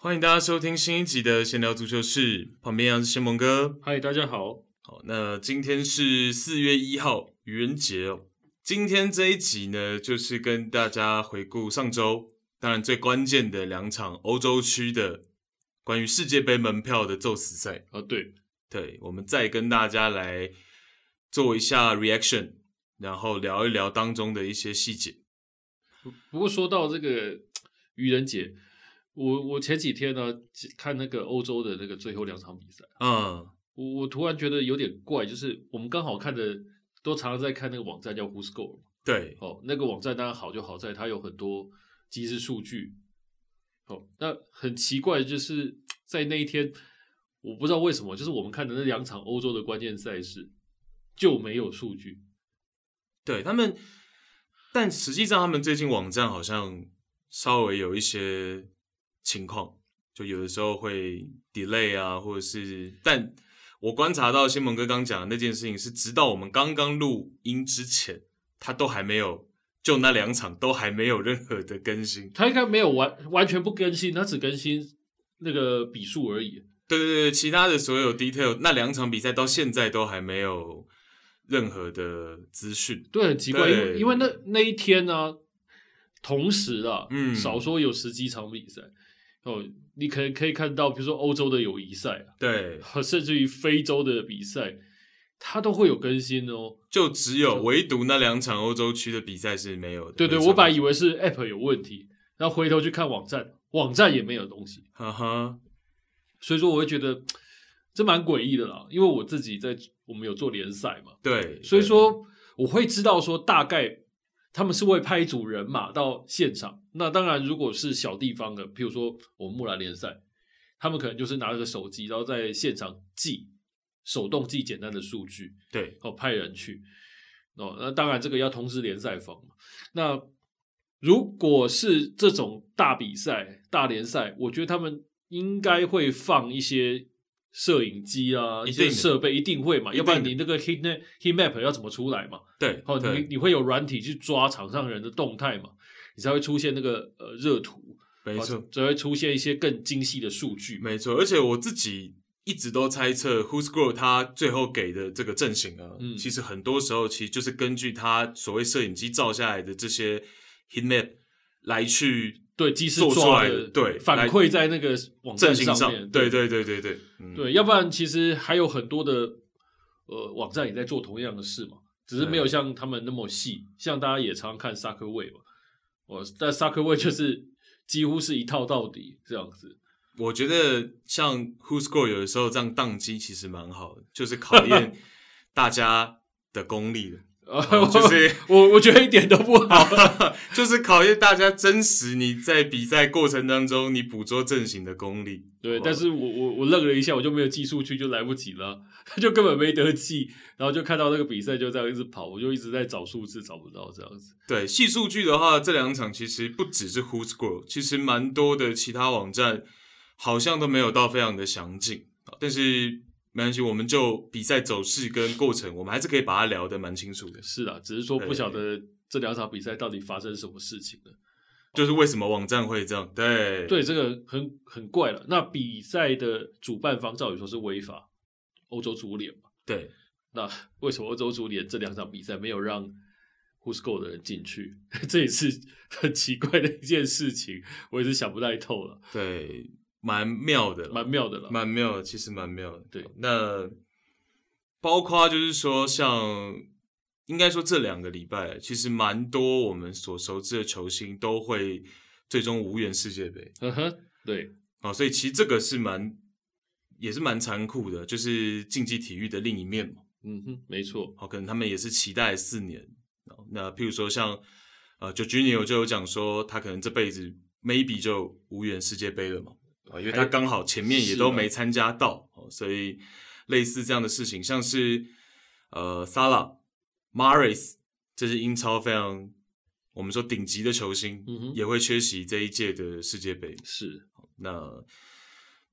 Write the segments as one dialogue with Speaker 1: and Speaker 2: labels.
Speaker 1: 欢迎大家收听新一集的闲聊足球室，旁边一样是仙蒙哥。
Speaker 2: 嗨，大家好。
Speaker 1: 好，那今天是四月一号，愚人节哦。今天这一集呢，就是跟大家回顾上周，当然最关键的两场欧洲区的关于世界杯门票的宙斯赛。
Speaker 2: 啊，对，
Speaker 1: 对，我们再跟大家来做一下 reaction，然后聊一聊当中的一些细节。
Speaker 2: 不过说到这个愚人节，我我前几天呢看那个欧洲的那个最后两场比赛，
Speaker 1: 嗯，
Speaker 2: 我我突然觉得有点怪，就是我们刚好看的都常常在看那个网站叫 Who Score 嘛
Speaker 1: 对，
Speaker 2: 哦，那个网站当然好就好在它有很多即时数据。哦，那很奇怪，就是在那一天，我不知道为什么，就是我们看的那两场欧洲的关键赛事就没有数据。
Speaker 1: 对他们，但实际上他们最近网站好像稍微有一些情况，就有的时候会 delay 啊，或者是，但我观察到新蒙哥刚讲的那件事情是，直到我们刚刚录音之前，他都还没有，就那两场都还没有任何的更新。
Speaker 2: 他应该没有完完全不更新，他只更新那个笔数而已。
Speaker 1: 对对对，其他的所有 detail 那两场比赛到现在都还没有任何的资讯。
Speaker 2: 对，很奇怪，因
Speaker 1: 对
Speaker 2: 为因为那那一天呢、同时啊，
Speaker 1: 嗯
Speaker 2: 少说有十几场比赛哦，你可可以看到，比如说欧洲的友谊赛
Speaker 1: 对，
Speaker 2: 啊，甚至于非洲的比赛，它都会有更新哦。
Speaker 1: 就只有唯独那两场欧洲区的比赛是没有的。
Speaker 2: 对对，
Speaker 1: 没错
Speaker 2: 我本来以为是 App 有问题，然后回头去看网站，网站也没有东西。
Speaker 1: 哈哈，
Speaker 2: 所以说，我会觉得这蛮诡异的啦，因为我自己在我们有做联赛嘛，
Speaker 1: 对，
Speaker 2: 所以说我会知道说大概他们是会派一组人马到现场。那当然，如果是小地方的，譬如说我们木兰联赛，他们可能就是拿着手机，然后在现场记手动记简单的数据，
Speaker 1: 对
Speaker 2: 哦，派人去。哦，那当然这个要通知联赛方嘛。那如果是这种大比赛、大联赛，我觉得他们应该会放一些摄影机啊，
Speaker 1: 一
Speaker 2: 一
Speaker 1: 定的
Speaker 2: 些设备一定会嘛，
Speaker 1: 一定的
Speaker 2: 要不然你那个 heat net- heat map 要怎么出来嘛？
Speaker 1: 对，
Speaker 2: 哦，
Speaker 1: 对
Speaker 2: 你你会有软体去抓场上人的动态嘛，你才会出现那个呃热图，
Speaker 1: 没错
Speaker 2: 哦，才会出现一些更精细的数据嘛。
Speaker 1: 没错，而且我自己一直都猜测 Who's Girl 他最后给的这个阵型啊，
Speaker 2: 嗯
Speaker 1: 其实很多时候其实就是根据他所谓摄影机照下来的这些 heat map 来去
Speaker 2: 对，即时
Speaker 1: 做出
Speaker 2: 抓
Speaker 1: 来
Speaker 2: 的，
Speaker 1: 对
Speaker 2: 反
Speaker 1: 来
Speaker 2: 馈在那个网
Speaker 1: 阵
Speaker 2: 站
Speaker 1: 型
Speaker 2: 上面，
Speaker 1: 对对对对对，嗯
Speaker 2: 对，要不然其实还有很多的呃网站也在做同样的事嘛，只是没有
Speaker 1: 对
Speaker 2: 像他们那么细。像大家也常看 Soccer Way 嘛，哦，但 Soccer Way 就是几乎是一套到底这样子。
Speaker 1: 我觉得像 Who Score 有的时候这样宕机其实蛮好的，就是考验 大家的功力的，
Speaker 2: 呃，
Speaker 1: 哦就是
Speaker 2: 我我觉得一点都不 好。
Speaker 1: 就是考验大家真实你在比赛过程当中你捕捉阵型的功力。
Speaker 2: 对，
Speaker 1: 好不好
Speaker 2: 但是我我我愣了一下，我就没有记数据，就来不及了， 就根本没得记，然后就看到那个比赛就这样一直跑，我就一直在找数字，找不到这样子。
Speaker 1: 对细数据的话，这两场其实不只是 Who Score，其实蛮多的其他网站好像都没有到非常的详尽啊但是没关系，我们就比赛走势跟过程，我们还是可以把它聊得蛮清楚的。
Speaker 2: 是啦，只是说
Speaker 1: 对
Speaker 2: 不晓得这两场比赛到底发生什么事情了。
Speaker 1: 就是为什么网站会这样？对
Speaker 2: 对，这个很很怪了。那比赛的主办方照理说是违法欧洲足联嘛？
Speaker 1: 对，
Speaker 2: 那为什么欧洲足联这两场比赛没有让 Who's Go 的人进去？ 这也是很奇怪的一件事情，我也是想不太透了，
Speaker 1: 对，蛮妙的啦，
Speaker 2: 蛮妙的了。
Speaker 1: 蛮妙的，其实蛮妙的。
Speaker 2: 对，
Speaker 1: 那包括就是说像，应该说这两个礼拜，其实蛮多我们所熟知的球星都会最终无缘世界杯。
Speaker 2: 呵呵，嗯对，
Speaker 1: 啊，所以其实这个是蛮也是蛮残酷的，就是竞技体育的另一面嘛。
Speaker 2: 嗯哼，没错，
Speaker 1: 哦好，可能他们也是期待四年。哦那譬如说像呃，就 Junior 就有讲说，他可能这辈子 maybe 就无缘世界杯了嘛，啊，因为他
Speaker 2: 还
Speaker 1: 刚好前面也
Speaker 2: 哎是
Speaker 1: 都
Speaker 2: 啊
Speaker 1: 没参加到，哦所以类似这样的事情，像是呃 s a l a Maris，这是英超非常我们说顶级的球星，
Speaker 2: 嗯哼
Speaker 1: 也会缺席这一届的世界杯。
Speaker 2: 是，
Speaker 1: 那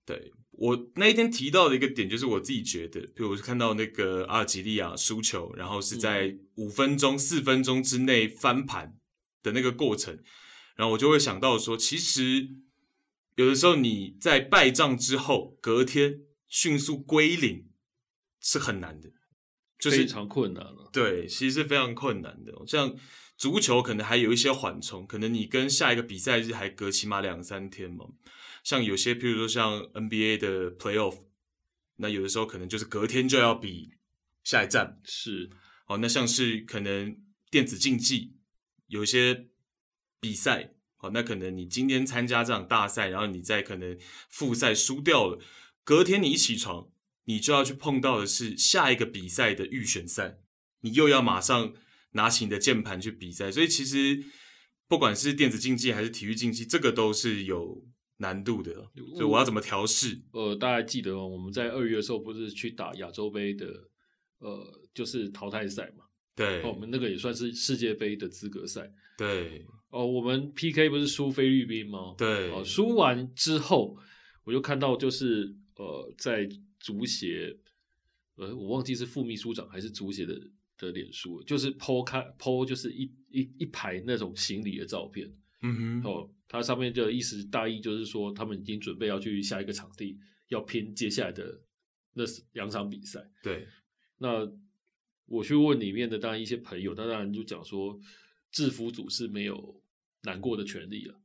Speaker 1: 对我那一天提到的一个点，就是我自己觉得，比如我是看到那个阿尔及利亚输球，然后是
Speaker 2: 嗯
Speaker 1: 在五分钟、四分钟之内翻盘的那个过程，然后我就会想到说，其实有的时候你在败仗之后，隔天迅速归零是很难的，就是
Speaker 2: 非常困难了、
Speaker 1: 对，其实是非常困难的哦、像足球可能还有一些缓冲，可能你跟下一个比赛日还隔起码两三天嘛。像有些，譬如说像 NBA 的 Playoff，那有的时候可能就是隔天就要比下一站。
Speaker 2: 是
Speaker 1: 好，那像是可能电子竞技有一些比赛，好，那可能你今天参加这场大赛，然后你在可能复赛输掉了，隔天你一起床，你就要去碰到的是下一个比赛的预选赛，你又要马上拿起你的键盘去比赛，所以其实不管是电子竞技还是体育竞技，这个都是有难度的，所以我要怎么调试？
Speaker 2: 呃，大家记得哦，我们在二月的时候不是去打亚洲杯的呃，就是淘汰赛嘛，
Speaker 1: 对
Speaker 2: 哦，我们那个也算是世界杯的资格赛。
Speaker 1: 对
Speaker 2: 哦，我们 PK 不是输菲律宾吗？
Speaker 1: 对
Speaker 2: 哦，输完之后，我就看到就是呃，在足协，呃，我忘记是副秘书长还是足协的的脸书了，就是剖开剖就是一一一排那种行李的照片，
Speaker 1: 嗯哼，
Speaker 2: 哦，它上面就意思大意就是说他们已经准备要去下一个场地，要拼接下来的那是两场比赛。
Speaker 1: 对
Speaker 2: 那我去问里面的当然一些朋友，那当然就讲说，制服组是没有难过的权利了。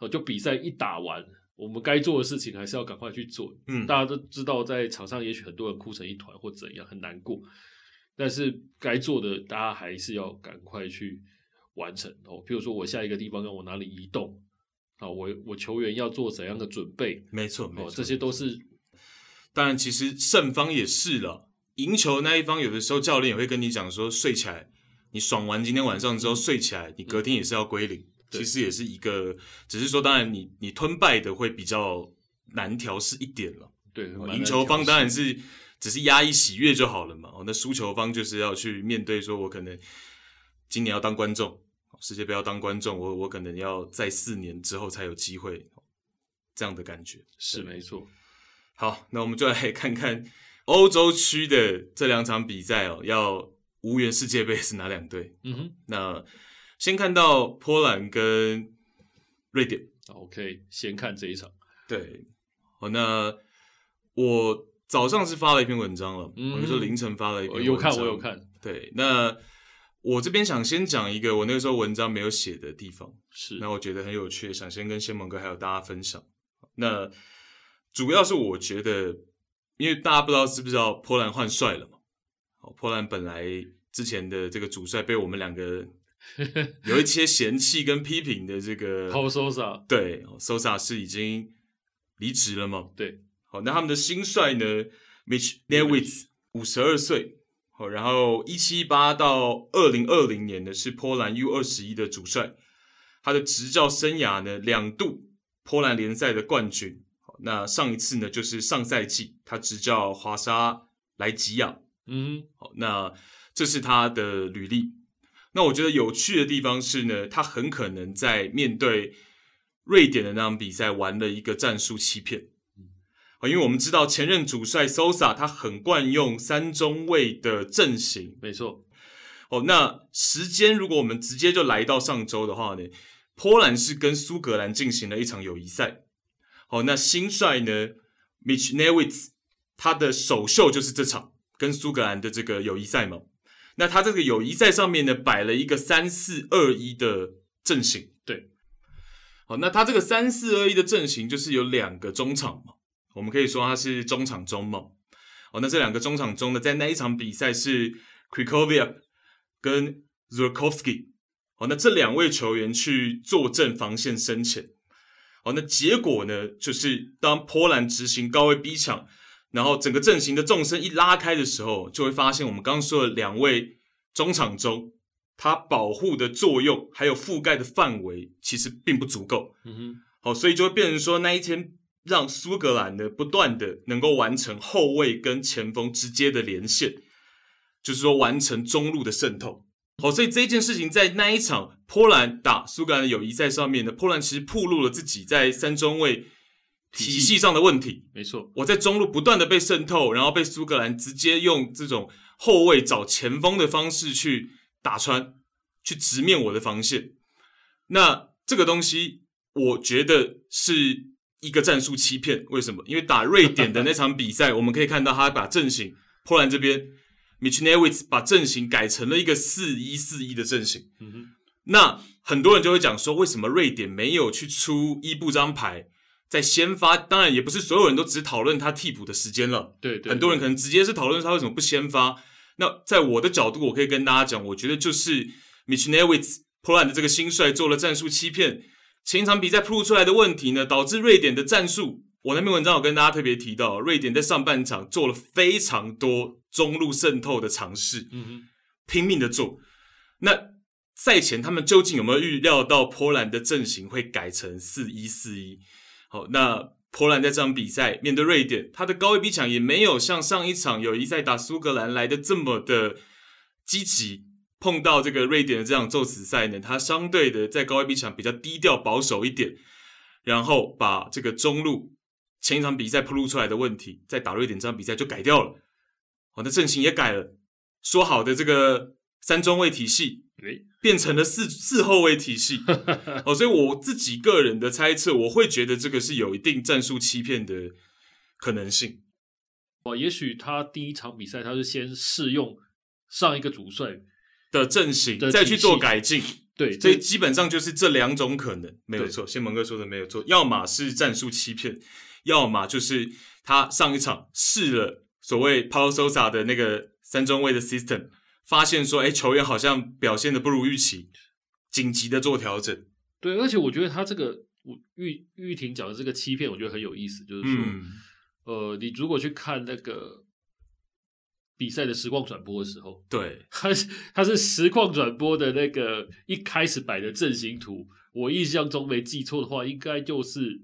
Speaker 2: 哦，就比赛一打完，我们该做的事情还是要赶快去做。
Speaker 1: 嗯
Speaker 2: 大家都知道，在场上也许很多人哭成一团或怎样，很难过，但是该做的大家还是要赶快去完成哦。比如说，我下一个地方要往哪里移动啊，我我球员要做怎样的准备
Speaker 1: 没错没
Speaker 2: 哦
Speaker 1: 错，，
Speaker 2: 这些都是
Speaker 1: 当然，其实胜方也是了，赢球那一方有的时候教练也会跟你讲说，睡起来，你爽完今天晚上之后睡起来，你隔天也是要归零。
Speaker 2: 嗯对
Speaker 1: 其实也是一个，只是说，当然你你吞败的会比较难调试一点了。哦
Speaker 2: 对蛮难
Speaker 1: 赢球方
Speaker 2: 调试
Speaker 1: 当然是只是压抑喜悦就好了嘛。哦，那输球方就是要去面对，说我可能今年要当观众，哦世界杯要当观众，我我可能要在四年之后才有机会，哦这样的感觉。
Speaker 2: 是没错。
Speaker 1: 好，那我们就来看看欧洲区的这两场比赛哦，要无缘世界杯是哪两队？
Speaker 2: 嗯哼。
Speaker 1: 那先看到波兰跟瑞典，
Speaker 2: OK，先看这一场。
Speaker 1: 对，哦，那我早上是发了一篇文章了，
Speaker 2: 嗯
Speaker 1: 我那时候凌晨发了一篇
Speaker 2: 我
Speaker 1: 文章，
Speaker 2: 哦有看，我有，看，
Speaker 1: 对，那。我这边想先讲一个我那个时候文章没有写的地方，
Speaker 2: 是
Speaker 1: 那我觉得很有趣，想先跟仙盟哥还有大家分享。那主要是我觉得，因为大家不知道知不知道波兰换帅了嘛？哦，波兰本来之前的这个主帅被我们两个有一些嫌弃跟批评的这个
Speaker 2: Paul Sosa
Speaker 1: 对哦，Sosa 是已经离职了嘛？
Speaker 2: 对，
Speaker 1: 好，那他们的新帅呢，Mitch Nevitz 五十二岁，好，然后一七八到二零二零年呢是波兰 U 二十一的主帅，他的执教生涯呢两度波兰联赛的冠军，好，那上一次呢就是上赛季他执教华沙莱吉亚，
Speaker 2: 嗯
Speaker 1: 好，那这是他的履历。那我觉得有趣的地方是呢，他很可能在面对瑞典的那场比赛玩了一个战术欺骗。好因为我们知道前任主帅 Sosa 他很惯用三中卫的阵型
Speaker 2: 哼，没错，
Speaker 1: 哦，那时间如果我们直接就来到上周的话呢，波兰是跟苏格兰进行了一场友谊赛。哦，那新帅呢，Mitch Nevitz，他的首秀就是这场跟苏格兰的这个友谊赛嘛。那他这个友谊赛上面呢，摆了一个三四二一的阵型。
Speaker 2: 对，
Speaker 1: 好，那他这个三四二一的阵型就是有两个中场嘛，我们可以说他是中场中嘛。哦，那这两个中场中呢，在那一场比赛是 k r i k o v i a 跟 Zurkowski。哦，那这两位球员去坐镇防线深浅。哦，那结果呢，就是当波兰执行高位逼抢，然后整个阵型的纵深一拉开的时候，就会发现我们刚刚说的两位中场中，它保护的作用还有覆盖的范围其实并不足够。
Speaker 2: 嗯哼，
Speaker 1: 好，所以就会变成说那一天让苏格兰呢不断的能够完成后卫跟前锋直接的连线，就是说完成中路的渗透。好，所以这件事情在那一场波兰打苏格兰的友谊赛上面呢，波兰其实暴露了自己在三中卫体系上的问题。
Speaker 2: 没错，
Speaker 1: 我在中路不断的被渗透，然后被苏格兰直接用这种后卫找前锋的方式去打穿，去直面我的防线。那这个东西，我觉得是一个战术欺骗，为什么？因为打瑞典的那场比赛，我们可以看到他把阵型，波兰这边 m i c h n e w i c 把阵型改成了一个四一四一的阵型。
Speaker 2: 嗯哼，
Speaker 1: 那很多人就会讲说，为什么瑞典没有去出伊布张牌在先发？当然，也不是所有人都只讨论他替补的时间了。
Speaker 2: 对对，
Speaker 1: 很多人可能直接是讨论他为什么不先发。那在我的角度，我可以跟大家讲，我觉得就是 m i c h n e w i c 波兰的这个新帅做了战术欺骗。前一场比赛铺露出来的问题呢，导致瑞典的战术。我那篇文章有跟大家特别提到，瑞典在上半场做了非常多中路渗透的尝试，
Speaker 2: 嗯哼，
Speaker 1: 拼命的做。那赛前他们究竟有没有预料到波兰的阵型会改成四一四一？好，那波兰在这场比赛面对瑞典，他的高位逼抢也没有像上一场友谊赛打苏格兰来的这么的积极。碰到这个瑞典的这场宙斯赛呢，他相对的在高位逼抢比较低调保守一点，然后把这个中路前一场比赛铺露出来的问题，在打瑞典这场比赛就改掉了。好，那阵型也改了，说好的这个三中卫体系
Speaker 2: 诶，
Speaker 1: 变成了四四后卫体系 哦，所以我自己个人的猜测，我会觉得这个是有一定战术欺骗的可能性。
Speaker 2: 哦，也许他第一场比赛他是先试用上一个主帅，
Speaker 1: 的阵型
Speaker 2: 的体
Speaker 1: 再
Speaker 2: 系
Speaker 1: 去做改进，
Speaker 2: 对，
Speaker 1: 所
Speaker 2: 这
Speaker 1: 以基本上就是这两种可能，没有错。先蒙哥说的没有错，要么是战术欺骗，要么就是他上一场试了所谓 Paulo Sosa 的那个三中卫的 system，发现说，哎，球员好像表现的不如预期，紧急的做调整。
Speaker 2: 对，而且我觉得他这个我玉玉婷讲的这个欺骗，我觉得很有意思，就是说，
Speaker 1: 嗯
Speaker 2: 呃，你如果去看那个比赛的实况转播的时候，
Speaker 1: 对，
Speaker 2: 它是它是实况转播的那个一开始摆的阵型图，我印象中没记错的话，应该就是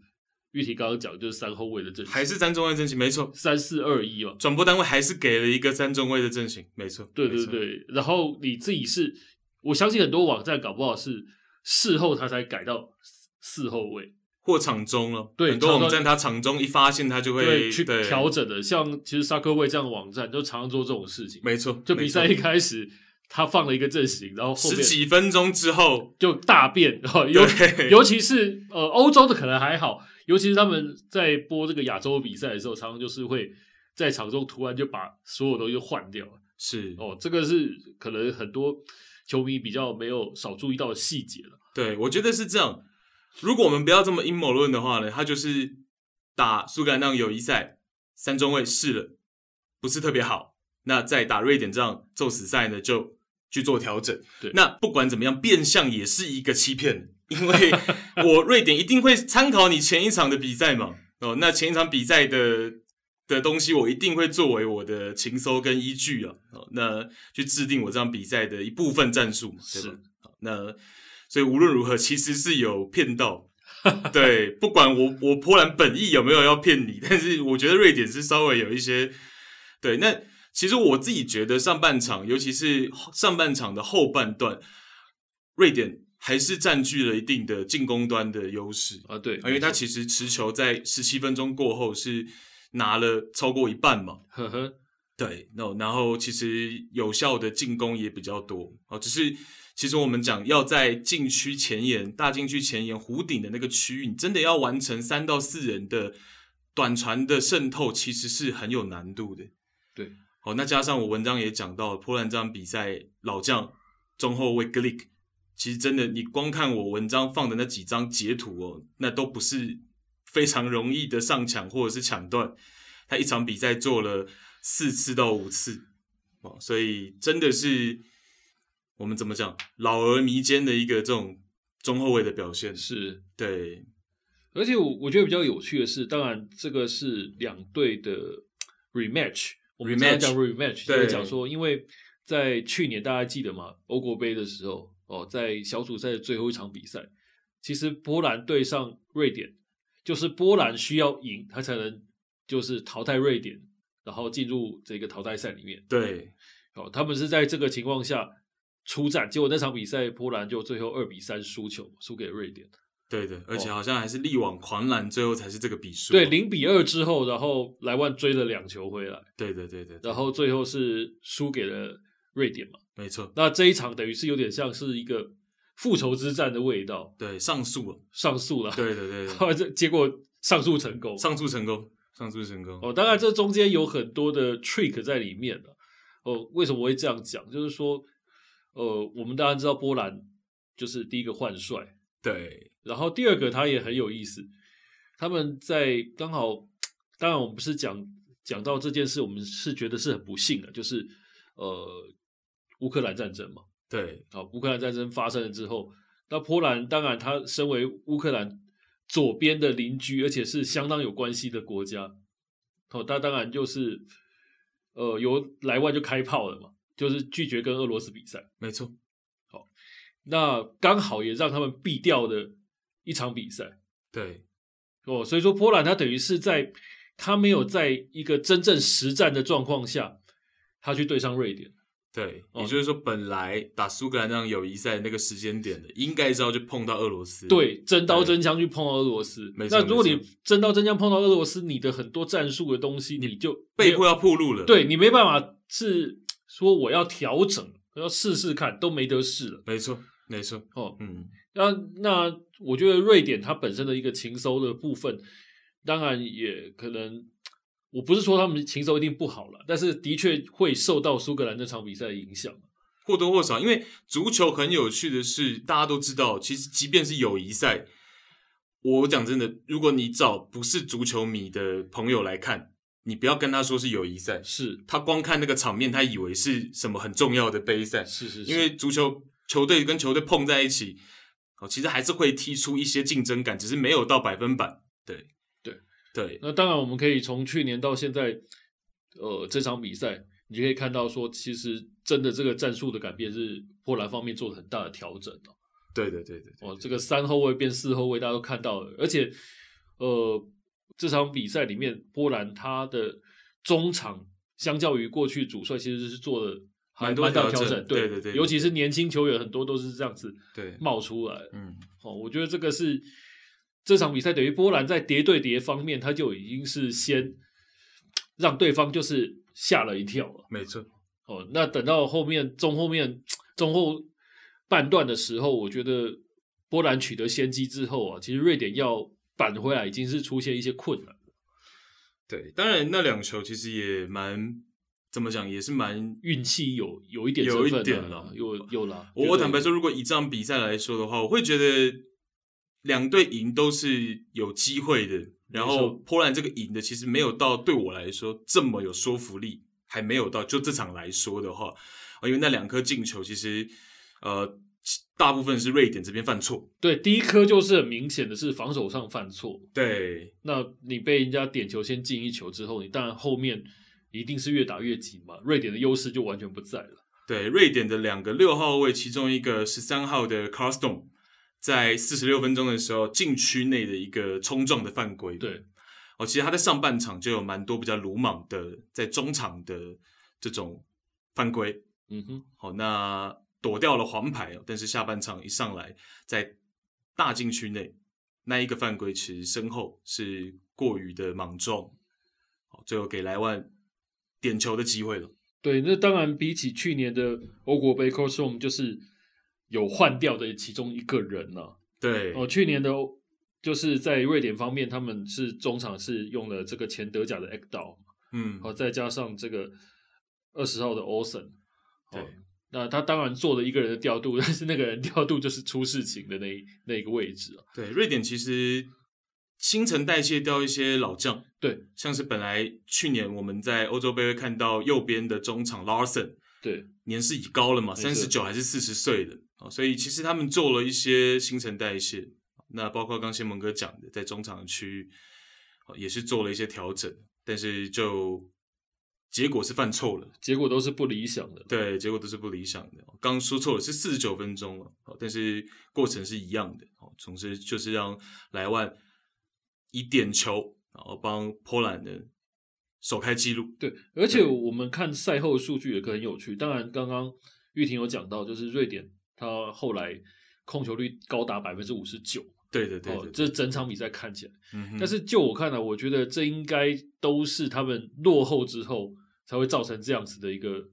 Speaker 2: 玉婷刚刚讲，就是三后卫的阵型，
Speaker 1: 还是三中卫阵型，没错。
Speaker 2: 三四二一嘛。
Speaker 1: 转播单位还是给了一个三中卫的阵型，没错，
Speaker 2: 对
Speaker 1: 没
Speaker 2: 对
Speaker 1: 错，
Speaker 2: 对，然后你自己是，我相信很多网站搞不好是事后他才改到四四后卫，
Speaker 1: 或场中了，
Speaker 2: 对
Speaker 1: 很多网
Speaker 2: 场
Speaker 1: 站
Speaker 2: 中
Speaker 1: 它场中一发现，它就会
Speaker 2: 对，去
Speaker 1: 对
Speaker 2: 调整的。像其实沙克卫这样的网站就常常做这种事情，
Speaker 1: 没错，
Speaker 2: 就比赛
Speaker 1: 没
Speaker 2: 一
Speaker 1: 错
Speaker 2: 开始他放了一个阵型，然后后
Speaker 1: 十
Speaker 2: 面
Speaker 1: 几分钟之后，
Speaker 2: 就大变，然后尤
Speaker 1: 对，
Speaker 2: 尤其是呃欧洲的可能还好，尤其是他们在播这个亚洲比赛的时候，常常就是会在场中突然就把所有东西都换掉。
Speaker 1: 是
Speaker 2: 哦，这个是可能很多球迷比较没有少注意到的细节了。
Speaker 1: 对，我觉得是这样。如果我们不要这么阴谋论的话呢，他就是打苏格兰那场友谊赛，三中卫试了，不是特别好。那在打瑞典这样宙死赛呢，就去做调整。
Speaker 2: 对
Speaker 1: 那不管怎么样，变相也是一个欺骗，因 为我瑞典一定会参考你前一场的比赛嘛。哦，那前一场比赛的的东西，我一定会作为我的情搜跟依据啊。哦，那去制定我这场比赛的一部分战术嘛，对吧
Speaker 2: 是？
Speaker 1: 好那所以无论如何，其实是有骗 到。对，不管我我波兰本意有没有要骗你，但是我觉得瑞典是稍微有一些对。那其实我自己觉得上半场，尤其是上半场的后半段，瑞典还是占据了一定的进攻端的优势，
Speaker 2: 啊，对，
Speaker 1: 因为他其实持球在十七分钟过后是拿了超过一半嘛。
Speaker 2: 呵呵，
Speaker 1: 对，那然后其实有效的进攻也比较多哦，只是其实我们讲要在禁区前沿、大禁区前沿弧顶的那个区域，你真的要完成三到四人的短传的渗透，其实是很有难度的。
Speaker 2: 对，
Speaker 1: 哦，那加上我文章也讲到，波兰这场比赛老将中后卫 Glick，其实真的你光看我文章放的那几张截图哦，那都不是非常容易的上抢或者是抢断，他一场比赛做了四次到五次哦，所以真的是我们怎么讲老而弥坚的一个这种中后卫的表现，
Speaker 2: 是。
Speaker 1: 对，
Speaker 2: 而且我我觉得比较有趣的是，当然这个是两队的 rematch。我们常
Speaker 1: Rematch
Speaker 2: 常讲 rematch，就
Speaker 1: 对
Speaker 2: 是讲说，因为在去年大家记得嘛，欧国杯的时候，哦，在小组赛的最后一场比赛，其实波兰对上瑞典，就是波兰需要赢，他才能就是淘汰瑞典，然后进入这个淘汰赛里面。
Speaker 1: 对，
Speaker 2: 哦，他们是在这个情况下出战，结果那场比赛波兰就最后二比三输球，输给瑞典。
Speaker 1: 对的，而且好像还是力挽狂澜，最后才是这个比数，哦
Speaker 2: 哦对，零比二之后，然后莱万追了两球回来，
Speaker 1: 对的，对的，对
Speaker 2: 然后最后是输给了瑞典嘛。
Speaker 1: 没错，
Speaker 2: 那这一场等于是有点像是一个复仇之战的味道，
Speaker 1: 对，上诉了，哦
Speaker 2: 上诉了。
Speaker 1: 对的，对的，
Speaker 2: 后来这结果上诉成功。
Speaker 1: 上诉成功，上诉成功。
Speaker 2: 哦，当然这中间有很多的 trick 在里面的、哦，为什么我会这样讲？就是说，呃，我们当然知道波兰就是第一个换帅，
Speaker 1: 对，
Speaker 2: 然后第二个他也很有意思，他们在刚好，当然我们不是讲讲到这件事，我们是觉得是很不幸的，就是呃乌克兰战争嘛，
Speaker 1: 对，
Speaker 2: 啊，乌克兰战争发生了之后，那波兰当然它身为乌克兰左边的邻居，而且是相当有关系的国家，哦，它当然就是呃由莱万就开炮了嘛，就是拒绝跟俄罗斯比赛。
Speaker 1: 没错，
Speaker 2: 那刚好也让他们避掉的一场比赛
Speaker 1: 对，
Speaker 2: 哦，所以说波兰它等于是在它没有在一个真正实战的状况下，它去对上瑞典，
Speaker 1: 对，
Speaker 2: 哦
Speaker 1: 也就是说，本来打苏格兰那场友谊赛的那个时间点的，应该是要去碰到俄罗斯。
Speaker 2: 对，真刀真枪去碰俄罗斯。
Speaker 1: 哎没错
Speaker 2: 那如果
Speaker 1: 没
Speaker 2: 你
Speaker 1: 错
Speaker 2: 真刀真枪碰到俄罗斯，你的很多战术的东西，你就
Speaker 1: 被迫要铺路了。
Speaker 2: 对，你没办法是说我要调整，我要试试看，都没得试了
Speaker 1: 没错，没错。
Speaker 2: 哦。
Speaker 1: 嗯，
Speaker 2: 那那我觉得瑞典它本身的一个情搜的部分，当然也可能，我不是说他们情搜一定不好了，但是的确会受到苏格兰那场比赛的影响。
Speaker 1: 或多或少，因为足球很有趣的是，大家都知道，其实即便是友谊赛，我讲真的，如果你找不是足球迷的朋友来看，你不要跟他说是友谊赛，
Speaker 2: 是
Speaker 1: 他光看那个场面，他以为是什么很重要的杯赛，
Speaker 2: 是是是，
Speaker 1: 因为足球球队跟球队碰在一起，哦，其实还是会踢出一些竞争感，只是没有到百分百。对，
Speaker 2: 对，
Speaker 1: 对，
Speaker 2: 那当然，我们可以从去年到现在，呃，这场比赛，你就可以看到说，其实真的这个战术的改变是波兰方面做了很大的调整哦。
Speaker 1: 对，对，对，对，对，
Speaker 2: 哦，这个三后卫变四后卫，大家都看到了，而且，呃，这场比赛里面，波兰他的中场相较于过去主帅其实是做了还
Speaker 1: 蛮多
Speaker 2: 大的
Speaker 1: 调
Speaker 2: 调
Speaker 1: 整
Speaker 2: 对
Speaker 1: 对对对对
Speaker 2: 尤其是年轻球员很多都是这样子
Speaker 1: 对，
Speaker 2: 冒出来的。
Speaker 1: 嗯，
Speaker 2: 哦，我觉得这个是这场比赛等于波兰在叠对叠方面，他就已经是先让对方就是吓了一跳了。
Speaker 1: 没错，
Speaker 2: 哦，那等到后面中后面中后半段的时候，我觉得波兰取得先机之后啊，其实瑞典要扳回来已经是出现一些困难，
Speaker 1: 对。当然，那两球其实也蛮怎么讲，也是蛮。
Speaker 2: 运气有有一点
Speaker 1: 有
Speaker 2: 成
Speaker 1: 一
Speaker 2: 分
Speaker 1: 点
Speaker 2: 了
Speaker 1: 了，
Speaker 2: 有有了。
Speaker 1: 我我坦白，说，如果以这场比赛来说的话，我会觉得两队赢都是有机会的。然后波兰这个赢的，其实没有到对我来说这么有说服力，还没有到就这场来说的话，呃因为那两颗进球其实呃其大部分是瑞典这边犯错，
Speaker 2: 对第一颗就是很明显的是防守上犯错，
Speaker 1: 对
Speaker 2: 那你被人家点球先进一球之后，你当然后面一定是越打越紧嘛。瑞典的优势就完全不在了。
Speaker 1: 对，瑞典的两个六号位，其中一个十三号的 Carston。在四十六分钟的时候，禁区内的一个冲撞的犯规，
Speaker 2: 对，
Speaker 1: 哦，其实他在上半场就有蛮多比较鲁莽的，在中场的这种犯规。
Speaker 2: 嗯哼，
Speaker 1: 好、那躲掉了黄牌哦，但是下半场一上来，在大禁区内那一个犯规，其实身后是过于的莽撞，好，最后给莱万点球的机会了。
Speaker 2: 对，那当然比起去年的欧国杯 c o s o m 就是有换掉的其中一个人了、
Speaker 1: 对，
Speaker 2: 哦，去年的欧就是在瑞典方面，他们是中场是用了这个前德甲的 Ekdal，
Speaker 1: 嗯，
Speaker 2: 好、哦再加上这个二十号的 Olsen，
Speaker 1: 对
Speaker 2: 哦，那他当然做了一个人的调度，但是那个人调度就是出事情的那一那一个位置啊。
Speaker 1: 对，瑞典其实新陈代谢掉一些老将，
Speaker 2: 对，
Speaker 1: 像是本来去年我们在欧洲杯会看到右边的中场 Larson。
Speaker 2: 对，
Speaker 1: 年事已高了嘛，
Speaker 2: 没
Speaker 1: 三
Speaker 2: 错
Speaker 1: 十九还是四十岁了啊，所以其实他们做了一些新陈代谢。那包括刚先蒙哥讲的，在中场区域哦也是做了一些调整，但是就结果是犯错了，
Speaker 2: 结果都是不理想的。
Speaker 1: 对，结果都是不理想的。哦刚说错了，是四十九分钟了，哦但是过程是一样的。哦，总之就是让莱万以点球，然后帮波兰的首开纪录。
Speaker 2: 对，而且
Speaker 1: 对
Speaker 2: 我们看赛后数据也很有趣。当然，刚刚玉婷有讲到，就是瑞典他后来控球率高达百分之五十九，
Speaker 1: 对对对
Speaker 2: 哦
Speaker 1: 对，，
Speaker 2: 这整场比赛看起来。
Speaker 1: 嗯哼
Speaker 2: 但是就我看来、啊我觉得这应该都是他们落后之后才会造成这样子的一个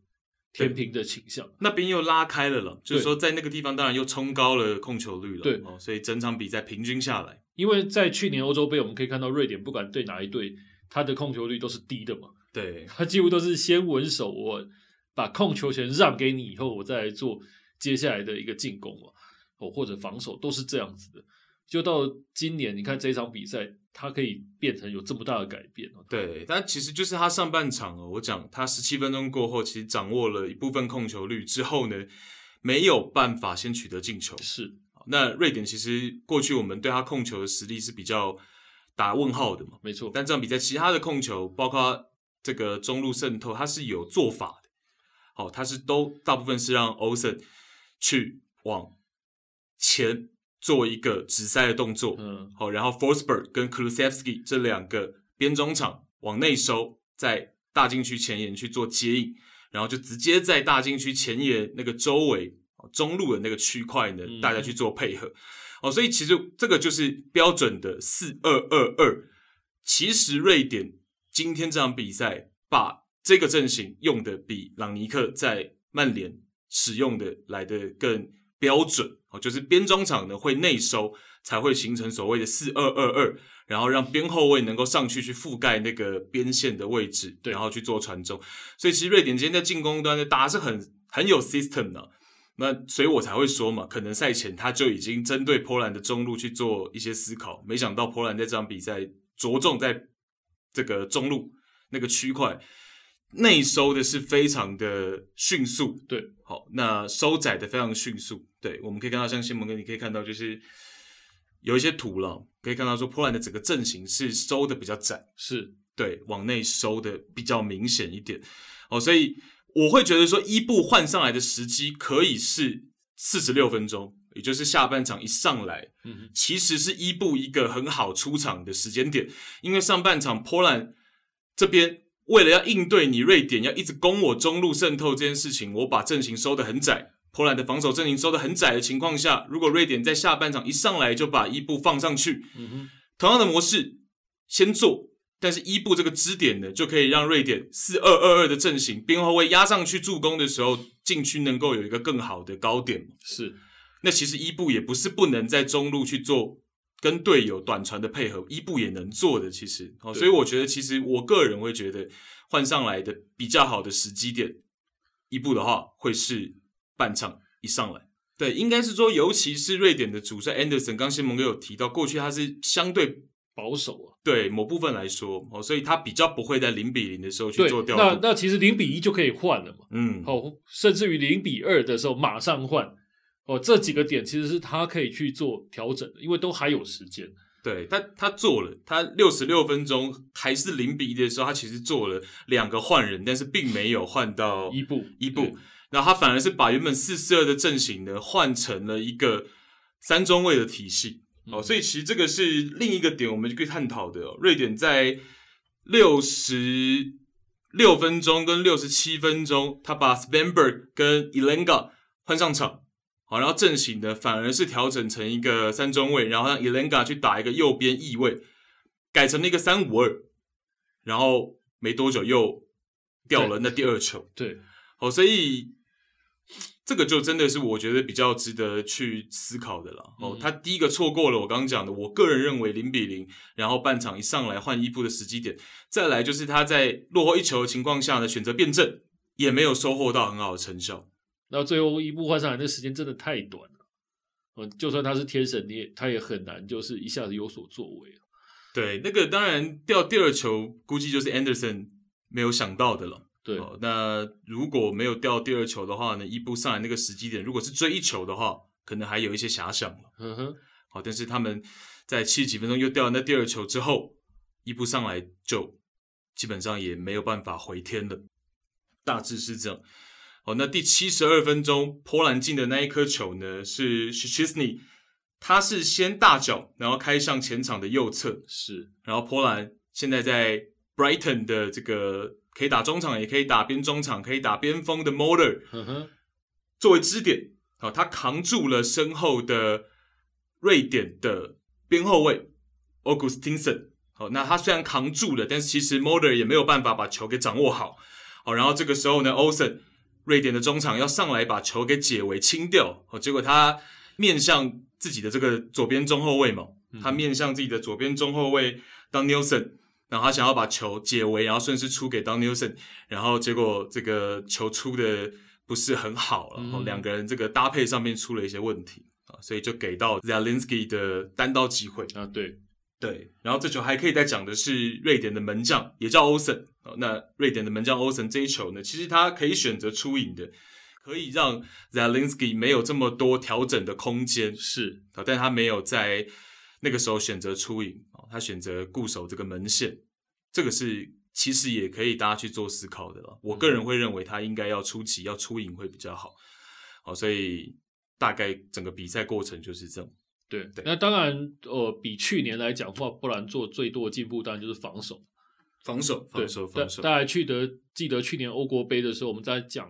Speaker 2: 天平的倾向。
Speaker 1: 那边又拉开了了，就是
Speaker 2: 对
Speaker 1: 说在那个地方当然又冲高了控球率了，
Speaker 2: 对
Speaker 1: 哦，所以整场比赛平均下来，
Speaker 2: 因为在去
Speaker 1: 嗯
Speaker 2: 年欧洲杯，我们可以看到瑞典不管对哪一队，他的控球率都是低的嘛，
Speaker 1: 对
Speaker 2: 他几乎都是先稳手我把控球权让给你以后，我再来做接下来的一个进攻嘛，哦或者防守都是这样子的。就到今年，你看这场比赛，它可以变成有这么大的改变哦。
Speaker 1: 对，但其实就是他上半场哦，我讲他十七分钟过后，其实掌握了一部分控球率之后呢，没有办法先取得进球。
Speaker 2: 是
Speaker 1: 那瑞典其实过去我们对他控球的实力是比较打问号的嘛，
Speaker 2: 没错，
Speaker 1: 但这场比赛其他的控球，包括这个中路渗透，它是有做法的。好、它是都大部分是让 Olsen 去往前做一个直塞的动作，
Speaker 2: 嗯，
Speaker 1: 好，然后 Forsberg 跟 Kulusevski 这两个边中场往内收，在大禁区前沿去做接应，然后就直接在大禁区前沿那个周围哦中路的那个区块呢
Speaker 2: 嗯，
Speaker 1: 大家去做配合。哦，所以其实这个就是标准的四二二二。其实瑞典今天这场比赛把这个阵型用的比朗尼克在曼联使用的来的更标准哦，就是边中场呢会内收，才会形成所谓的四二二二，然后让边后卫能够上去去覆盖那个边线的位置，
Speaker 2: 对
Speaker 1: 然后去做传中。所以其实瑞典今天在进攻端的打是很很有 system 的、那所以我才会说嘛，可能赛前他就已经针对波兰的中路去做一些思考，没想到波兰在这场比赛着重在这个中路那个区块内收的是非常的迅速，
Speaker 2: 对，
Speaker 1: 好，那收窄的非常迅速，对，我们可以看到像新闻哥，你可以看到就是有一些图了，可以看到说波兰的整个阵型是收的比较窄，
Speaker 2: 是
Speaker 1: 对，往内收的比较明显一点。哦，所以我会觉得说，伊布换上来的时机可以是四十六分钟，也就是下半场一上来，
Speaker 2: 嗯哼，
Speaker 1: 其实是伊布一个很好出场的时间点，因为上半场波兰这边。为了要应对你瑞典要一直攻我中路渗透这件事情，我把阵型收得很窄，波兰的防守阵型收得很窄的情况下，如果瑞典在下半场一上来就把伊布放上去，
Speaker 2: 嗯哼，
Speaker 1: 同样的模式先做，但是伊布这个支点呢，就可以让瑞典四二二二的阵型边后卫压上去助攻的时候，禁区能够有一个更好的高点。
Speaker 2: 是
Speaker 1: 那其实伊布也不是不能在中路去做跟队友短传的配合，伊布也能做的。其实，哦，
Speaker 2: 对
Speaker 1: 所以我觉得，其实我个人会觉得换上来的比较好的时机点，伊布的话会是半场一上来。对，应该是说，尤其是瑞典的主帅 Anderson，刚先盟哥有提到，过去他是相对
Speaker 2: 保守啊。
Speaker 1: 对某部分来说，哦，所以他比较不会在零比零的时候去
Speaker 2: 对
Speaker 1: 做，调
Speaker 2: 那
Speaker 1: 度。
Speaker 2: 那其实零比一就可以换了嘛。
Speaker 1: 嗯，
Speaker 2: 哦，甚至于零比二的时候马上换。哦，这几个点其实是他可以去做调整的，因为都还有时间。
Speaker 1: 对他他做了，他六十六分钟还是零比一的时候，他其实做了两个换人，但是并没有换到
Speaker 2: 伊布，
Speaker 1: 伊
Speaker 2: 对
Speaker 1: 布，，然后他反而是把原本四四二的阵型呢换成了一个三中卫的体系。哦，
Speaker 2: 嗯
Speaker 1: 所以其实这个是另一个点，我们就可以探讨的、哦。瑞典在六十六分钟跟六十七分钟，他把 Svenberg 跟 Elenga 换上场，好，然后阵型呢反而是调整成一个三中卫，然后让 Elenga 去打一个右边翼位，改成了一个三五二，然后没多久又掉了那第二球。
Speaker 2: 对，
Speaker 1: 好，哦所以这个就真的是我觉得比较值得去思考的了。哦
Speaker 2: 嗯，
Speaker 1: 他第一个错过了我刚刚讲的，我个人认为零比零，然后半场一上来换伊布的时机点，再来就是他在落后一球的情况下呢，选择辩证，也没有收获到很好的成效。
Speaker 2: 那最后伊布换上来的时间真的太短了。嗯，就算他是天神，你也他也很难就是一下子有所作为啊。
Speaker 1: 对，那个当然掉第二球，估计就是 Anderson 没有想到的了。
Speaker 2: 对，
Speaker 1: 哦，那如果没有掉第二球的话呢，伊布上来那个时机点，如果是追一球的话，可能还有一些遐想了。
Speaker 2: 嗯哼，
Speaker 1: 好，但是他们在七十几分钟又掉了那第二球之后，一步上来就基本上也没有办法回天了，大致是这样。好，那第七十二分钟，波兰进的那一颗球呢是 s h i c h n y 他是先大脚，然后开上前场的右侧，
Speaker 2: 是
Speaker 1: 然后波兰现在在 Brighton 的这个可以打中场，也可以打边中场，可以打边锋的 Moller，
Speaker 2: 嗯哼，
Speaker 1: 作为支点，好、他扛住了身后的瑞典的边后卫 Augustinson。好、那他虽然扛住了，但是其实 Moder 也没有办法把球给掌握好。好、然后这个时候呢，Olsen 瑞典的中场要上来把球给解围清掉，哦，结果他面向自己的这个左边中后卫嘛，他面向自己的左边中后卫当 Nilsson，然后他想要把球解围，然后顺势出给当 Nilsson，然后结果这个球出的不是很好了，然后
Speaker 2: 嗯
Speaker 1: 两个人这个搭配上面出了一些问题啊，所以就给到 Zelinsky 的单刀机会。
Speaker 2: 啊，对，
Speaker 1: 对，然后这球还可以再讲的是瑞典的门将，也叫欧森。哦，那瑞典的门将欧森这一球呢，其实他可以选择出影的，可以让 Zelinsky 没有这么多调整的空间
Speaker 2: 是
Speaker 1: 啊，但他没有在那个时候选择出影哦，他选择固守这个门线，这个是其实也可以大家去做思考的了。我个
Speaker 2: 嗯
Speaker 1: 人会认为他应该要出击，要出影会比较好。好，所以大概整个比赛过程就是这样。
Speaker 2: 对
Speaker 1: 对
Speaker 2: 那当然，呃，比去年来讲的话，波兰做最多的进步当然就是防守。
Speaker 1: 防守，
Speaker 2: 对
Speaker 1: 防守，，
Speaker 2: 大
Speaker 1: 防守。
Speaker 2: 大家还记得记得去年欧国杯的时候，我们在讲，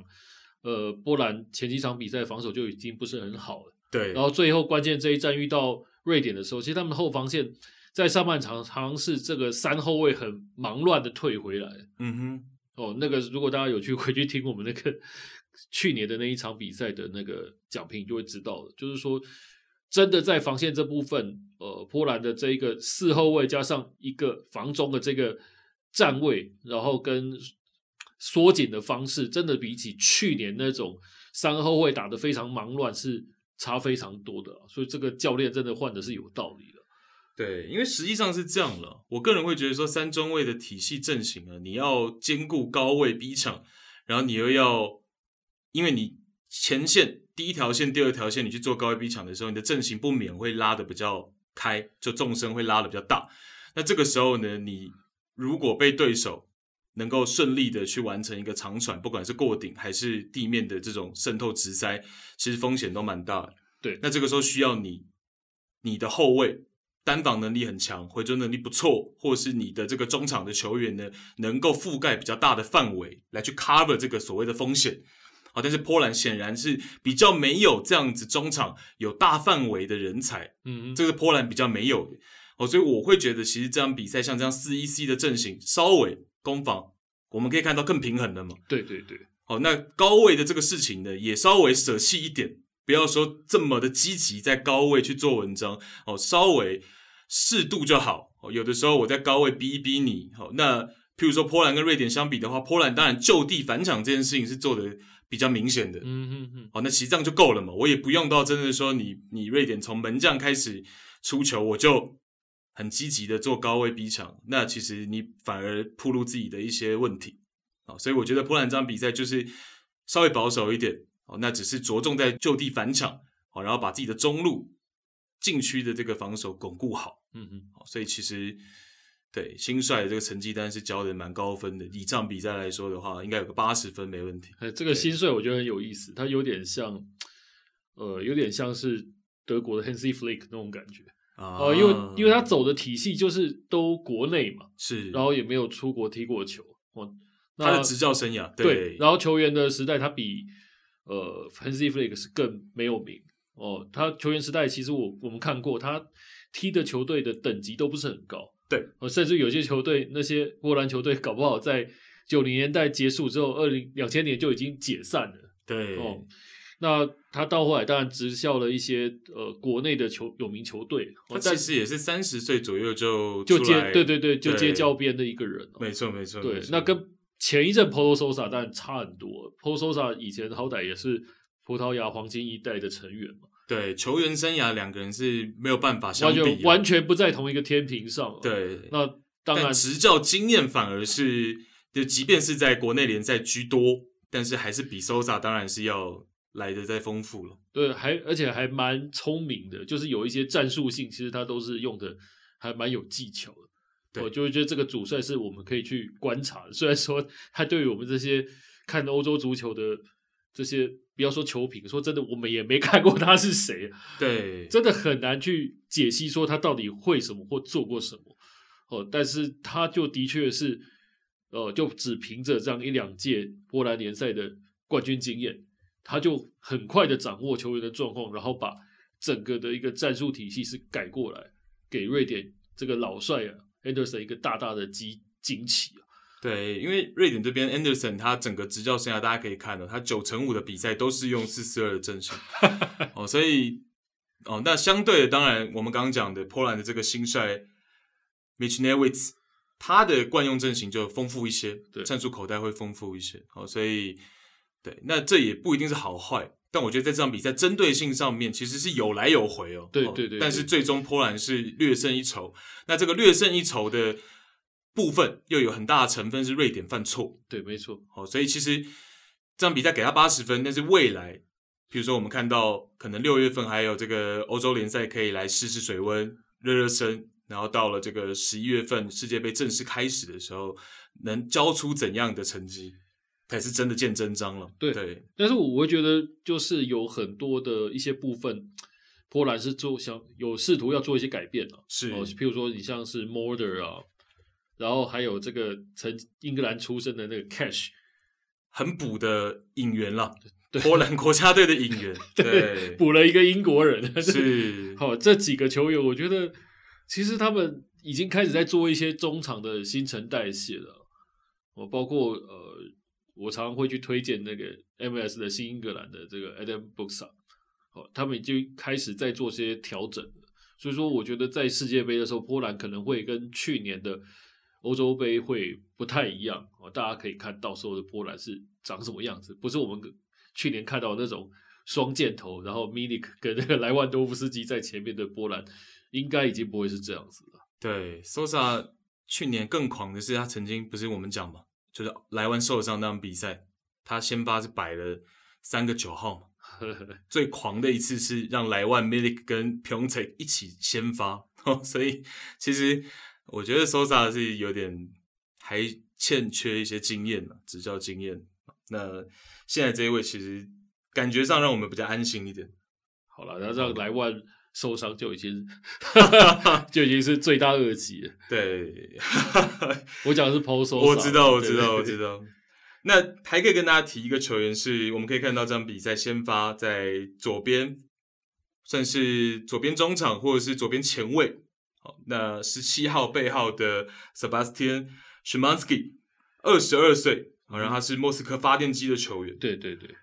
Speaker 2: 呃，波兰前几场比赛防守就已经不是很好了，
Speaker 1: 对，
Speaker 2: 然后最后关键这一战遇到瑞典的时候，其实他们的后防线在上半场尝试这个三后卫很忙乱的退回来。
Speaker 1: 嗯哼。
Speaker 2: 哦，那个如果大家有去 回去听我们那个去年的那一场比赛的那个讲评，就会知道了。就是说，真的在防线这部分，呃，波兰的这一个四后卫加上一个防中的这个站位，然后跟缩紧的方式，真的比起去年那种三后卫打得非常忙乱是差非常多的啊、所以这个教练真的换的是有道理的。
Speaker 1: 对，因为实际上是这样了。我个人会觉得说，三中卫的体系阵型啊，你要兼顾高位逼抢，然后你又要，因为你前线第一条线、第二条线，你去做高位逼抢的时候，你的阵型不免会拉的比较开，就纵深会拉的比较大。那这个时候呢，你如果被对手能够顺利的去完成一个长传，不管是过顶还是地面的这种渗透直塞，其实风险都蛮大的。
Speaker 2: 对
Speaker 1: 那这个时候需要你你的后卫单防能力很强，回追能力不错，或是你的这个中场的球员呢，能够覆盖比较大的范围来去 cover 这个所谓的风险。好，但是波兰显然是比较没有这样子中场有大范围的人才，
Speaker 2: 嗯
Speaker 1: 这个是波兰比较没有的哦，所以我会觉得其实这场比赛像这样四一 C 的阵型，稍微攻防我们可以看到更平衡了嘛。
Speaker 2: 对对对，
Speaker 1: 哦，那高位的这个事情呢，也稍微舍弃一点，不要说这么的积极在高位去做文章哦，稍微适度就好。哦，有的时候我在高位逼一逼你，好、那譬如说波兰跟瑞典相比的话，波兰当然就地反抢这件事情是做的比较明显的，
Speaker 2: 嗯哼哼，
Speaker 1: 哦好，那其实这样就够了嘛，我也不用到真的说你你瑞典从门将开始出球，我就很积极的做高位逼抢，那其实你反而暴露自己的一些问题啊，所以我觉得波兰这场比赛就是稍微保守一点哦，那只是着重在就地反抢，好，然后把自己的中路禁区的这个防守巩固好，
Speaker 2: 嗯哼，
Speaker 1: 好所以其实。对新帅的这个成绩单是交的蛮高分的，以这场比赛来说的话，应该有个八十分没问题。
Speaker 2: 哎，这个薪水我觉得很有意思，它有点像，呃，有点像是德国的 Hansi Flick 那种感觉。
Speaker 1: 啊
Speaker 2: 哦、因为因为他走的体系就是都国内嘛，
Speaker 1: 是，
Speaker 2: 然后也没有出国踢过球。哦，那
Speaker 1: 他的执教生涯，
Speaker 2: 对，
Speaker 1: 然
Speaker 2: 然后球员的时代他比呃 Hansi Flick 是更没有名哦。他球员时代其实我我们看过，他踢的球队的等级都不是很高。
Speaker 1: 对，
Speaker 2: 呃，甚至有些球队那些波兰球队搞不好在九零年代结束之后，二零两千年就已经解散了。
Speaker 1: 对
Speaker 2: 哦，那他到后来当然执教了一些呃国内的球有名球队，
Speaker 1: 他
Speaker 2: 哦
Speaker 1: 其
Speaker 2: 但
Speaker 1: 实也是三十岁左右就
Speaker 2: 就
Speaker 1: 出
Speaker 2: 接
Speaker 1: 来
Speaker 2: 对对对就
Speaker 1: 对
Speaker 2: 接教鞭的一个人、哦，
Speaker 1: 没错没错，
Speaker 2: 对
Speaker 1: 没，错
Speaker 2: 那跟前一阵 Polo Sosa 当然差很多，Polo Sosa 以前好歹也是葡萄牙黄金一代的成员嘛，
Speaker 1: 对球员生涯两个人是没有办法相
Speaker 2: 完
Speaker 1: 比
Speaker 2: 全
Speaker 1: 的，
Speaker 2: 完全不在同一个天平上、哦，，
Speaker 1: 对。
Speaker 2: 那当然
Speaker 1: 但执教经验反而是，就即便是在国内联赛居多，但是还是比 Sosa 当然是要来的再丰富了。
Speaker 2: 对，还而且还蛮聪明的，就是有一些战术性，其实他都是用的还蛮有技巧的。
Speaker 1: 对
Speaker 2: 我就会觉得这个主帅是我们可以去观察的。虽然说他对于我们这些看欧洲足球的这些，不要说球评，说真的，我们也没看过他是谁，啊
Speaker 1: 对，
Speaker 2: 真的很难去解析说他到底会什么或做过什么。哦，但是他就的确是，呃，就只凭着这样一两届波兰联赛的冠军经验，他就很快的掌握球员的状况，然后把整个的一个战术体系是改过来，给瑞典这个老帅啊 Anderson 一个大大的激惊奇啊。
Speaker 1: 对，因为瑞典这边 Anderson 他整个执教生涯，大家可以看到、他九成五的比赛都是用四四二的阵 型哦，所以哦，那相对的，当然我们刚刚讲的波兰的这个新帅 Mitch Nevitz，他的惯用阵型就丰富一些，
Speaker 2: 对
Speaker 1: 战术口袋会丰富一些哦，所以对，那这也不一定是好坏。但我觉得在这场比赛针对性上面，其实是有来有回哦。
Speaker 2: 对
Speaker 1: 哦
Speaker 2: 对对
Speaker 1: 但是
Speaker 2: 对
Speaker 1: 最终波兰是略胜一筹，那这个略胜一筹的部分，又有很大的成分是瑞典犯错
Speaker 2: 对，没错，
Speaker 1: 哦，所以其实这场比赛给他八十分，但是未来，比如说我们看到可能六月份还有这个欧洲联赛可以来试试水温、热热身，然后到了这个十一月份世界杯正式开始的时候，能交出怎样的成绩，才是真的见真章了。
Speaker 2: 对
Speaker 1: 对
Speaker 2: 但是我会觉得，就是有很多的一些部分，波兰是做想有试图要做一些改变啊。
Speaker 1: 是
Speaker 2: 哦，譬如说你像是 Morder 啊，然后还有这个曾英格兰出生的那个 Cash，
Speaker 1: 很补的引援了，
Speaker 2: 对
Speaker 1: 波兰国家队的引 援，对，
Speaker 2: 补了一个英国人，
Speaker 1: 是
Speaker 2: 好，这几个球员，我觉得其实他们已经开始在做一些中场的新陈代谢了。我包括呃，我常常会去推荐那个 MLS 的新英格兰的这个 Adam Boxa，哦，他们已经开始在做些调整了。所以说，我觉得在世界杯的时候，波兰可能会跟去年的欧洲杯会不太一样哦。大家可以看到时候的波兰是长什么样子，不是我们去年看到那种双箭头，然后 Milik 跟那个莱万多夫斯基在前面的波兰，应该已经不会是这样子了。
Speaker 1: 对，Sosa 去年更狂的是，他曾经不是我们讲嘛，就是莱万受伤那场比赛，他先发是摆了三个九号嘛。最狂的一次是让莱万、Milik 跟 p y o n t e k 一起先发， 哦，所以其实我觉得 Sosa 是有点还欠缺一些经验了，执教经验。那现在这一位其实感觉上让我们比较安心一点。
Speaker 2: 好
Speaker 1: 嗯
Speaker 2: 了，那让莱万受伤就已经 就已经是罪大恶极了。
Speaker 1: 对，
Speaker 2: 我讲的是 Paul Sosa，
Speaker 1: 我知道，我
Speaker 2: 对
Speaker 1: 知 道，我
Speaker 2: 对
Speaker 1: 知道。那还可以跟大家提一个球员是，我们可以看到这场比赛先发在左边，算是左边中场或者是左边前卫。好，那十七号背号的 Sebastian Szymanski，二十二岁，好然后他是莫斯科发电机的球员。
Speaker 2: 对对对，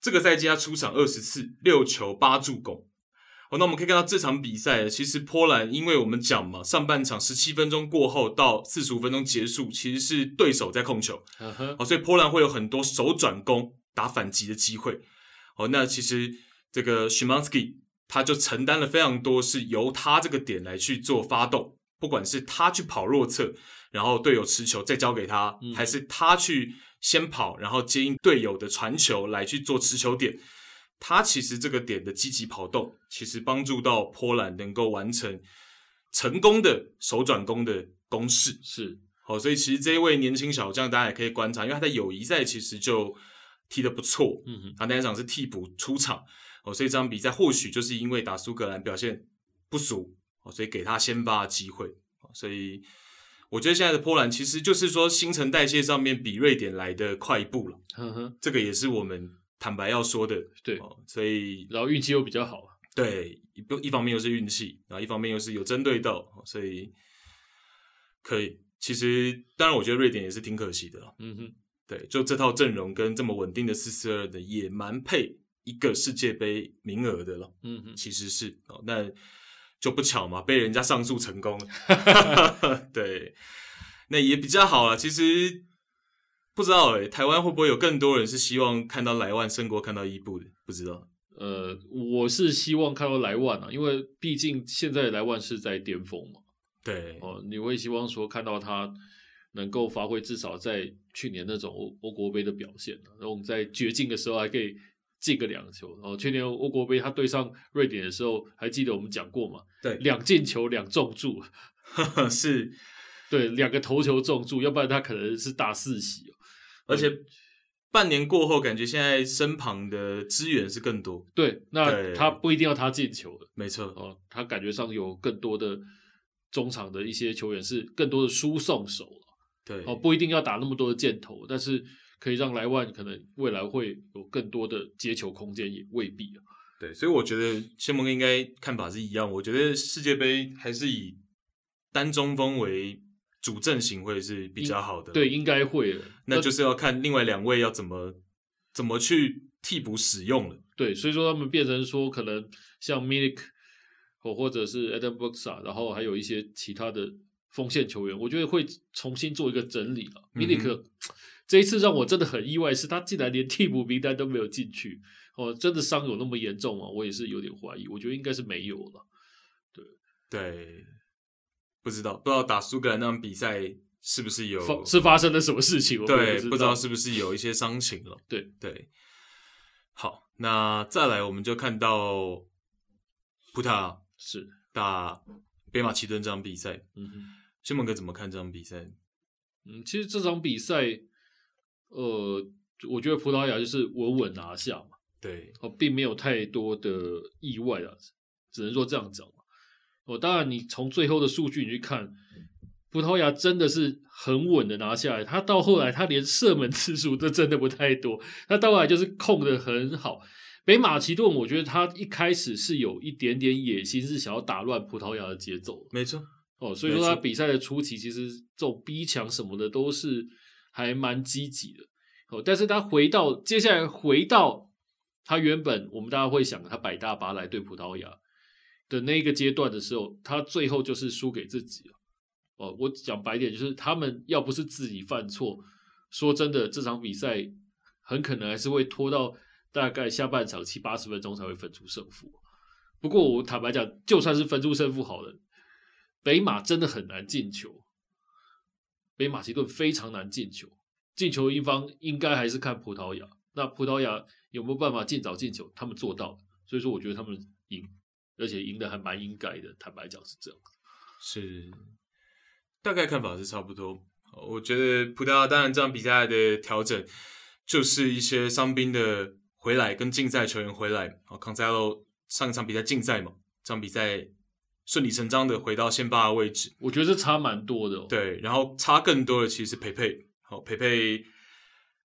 Speaker 1: 这个赛季他出场二十次，六球八助攻。好，那我们可以看到这场比赛，其实波兰因为我们讲嘛，上半场十七分钟过后到四十五分钟结束，其实是对手在控球，
Speaker 2: 嗯哼
Speaker 1: 哦好，所以波兰会有很多手转攻打反击的机会。好，那其实这个 Shimansky 他就承担了非常多，是由他这个点来去做发动，不管是他去跑弱侧，然后队友持球再交给他，
Speaker 2: 嗯
Speaker 1: 还是他去先跑，然后接应队友的传球来去做持球点。他其实这个点的积极跑动，其实帮助到波兰能够完成成功的手转攻的攻势。
Speaker 2: 是
Speaker 1: 好，所以其实这一位年轻小将，大家也可以观察，因为他在友谊赛其实就踢得不错，
Speaker 2: 嗯哼
Speaker 1: 他那一场是替补出场，哦，所以这场比赛或许就是因为打苏格兰表现不俗，哦，所以给他先发的机会，哦所以我觉得现在的波兰其实就是说新陈代谢上面比瑞典来的快一步了，
Speaker 2: 嗯哼，
Speaker 1: 这个也是我们坦白要说的，
Speaker 2: 对，
Speaker 1: 哦，所以
Speaker 2: 然后运气又比较好，啊
Speaker 1: 对，一不一方面又是运气，然后一方面又是有针对到，哦所以可以。其实，当然，我觉得瑞典也是挺可惜的啦。
Speaker 2: 嗯哼，
Speaker 1: 对，就这套阵容跟这么稳定的四四二的，也蛮配一个世界杯名额的了。
Speaker 2: 嗯哼，
Speaker 1: 其实是哦，那就不巧嘛，被人家上诉成功了。对，那也比较好啊。其实不知道诶、欸台湾会不会有更多人是希望看到莱万胜过看到伊布的？不知道。
Speaker 2: 呃，我是希望看到莱万啊，因为毕竟现在莱万是在巅峰嘛，
Speaker 1: 对，
Speaker 2: 哦，你会希望说看到他能够发挥至少在去年那种欧欧国杯的表现、啊，然后我们在绝境的时候还可以进个两球。然后去年欧国杯他对上瑞典的时候，还记得我们讲过嘛？
Speaker 1: 对
Speaker 2: 两进球两中柱，
Speaker 1: 是
Speaker 2: 对，两个头球中柱，要不然他可能是大四喜、哦。
Speaker 1: 而且半年过后，感觉现在身旁的资源是更多，
Speaker 2: 对，那
Speaker 1: 对
Speaker 2: 他不一定要他进球的
Speaker 1: 没错，
Speaker 2: 哦，他感觉上有更多的中场的一些球员是更多的输送手了。
Speaker 1: 对，
Speaker 2: 哦，不一定要打那么多的箭头，但是可以让莱万可能未来会有更多的接球空间，也未必啊。
Speaker 1: 对，所以我觉得谢梦应该看法是一样，我觉得世界杯还是以单中锋为主阵型会是比较好的。
Speaker 2: 对，，应该会的。
Speaker 1: 那就是要看另外两位要怎么怎么去替补使用了。
Speaker 2: 对，所以说他们变成说，可能像 Milik 或或者是 Adam b o x a 然后还有一些其他的锋线球员，我觉得会重新做一个整理了。
Speaker 1: 嗯哼
Speaker 2: Milik 这一次让我真的很意外，是他竟然连替补名单都没有进去。哦，真的伤有那么严重吗？我也是有点怀疑，我觉得应该是没有了。
Speaker 1: 对，不知道不知道打苏格兰那场比赛是不是有
Speaker 2: 发是发生了什么事情？我们
Speaker 1: 对，不
Speaker 2: 不知
Speaker 1: 知道是不是有一些伤情了。
Speaker 2: 对
Speaker 1: 对，好，那再来我们就看到葡萄牙
Speaker 2: 是，
Speaker 1: 打北马其顿这场比赛，
Speaker 2: 嗯哼。
Speaker 1: 西蒙哥怎么看这场比赛？
Speaker 2: 嗯，其实这场比赛，呃，我觉得葡萄牙就是稳稳拿下嘛，
Speaker 1: 对，
Speaker 2: 哦，并没有太多的意外啊，只能说这样讲嘛。哦，当然你从最后的数据你去看，葡萄牙真的是很稳的拿下来，他到后来他连射门次数都真的不太多，他到后来就是控的很好。北马其顿，我觉得他一开始是有一点点野心，是想要打乱葡萄牙的节奏的。
Speaker 1: 没错，
Speaker 2: 哦，所以
Speaker 1: 没
Speaker 2: 说他
Speaker 1: 错
Speaker 2: 比赛的初期其实这种逼抢什么的都是还蛮积极的哦，但是他回到接下来回到他原本我们大家会想他摆大巴来对葡萄牙的那一个阶段的时候，他最后就是输给自己了。哦，我讲白点就是他们要不是自己犯错，说真的，这场比赛很可能还是会拖到大概下半场七八十分钟才会分出胜负。啊不过我坦白讲，就算是分出胜负好了，北马真的很难进球，北马其顿非常难进球，进球一方应该还是看葡萄牙。那葡萄牙有没有办法尽早进球？他们做到了，所以说我觉得他们赢，而且赢得还蛮应该的。坦白讲是这样，
Speaker 1: 是大概看法是差不多。我觉得葡萄牙当然这场比赛的调整就是一些伤兵的回来跟竞赛球员回来。哦，康塞洛上一场比赛竞赛嘛，这场比赛顺理成章的回到先发的位置。
Speaker 2: 我觉得这差蛮多的、哦。，
Speaker 1: 对，然后差更多的其实是培培，好培培，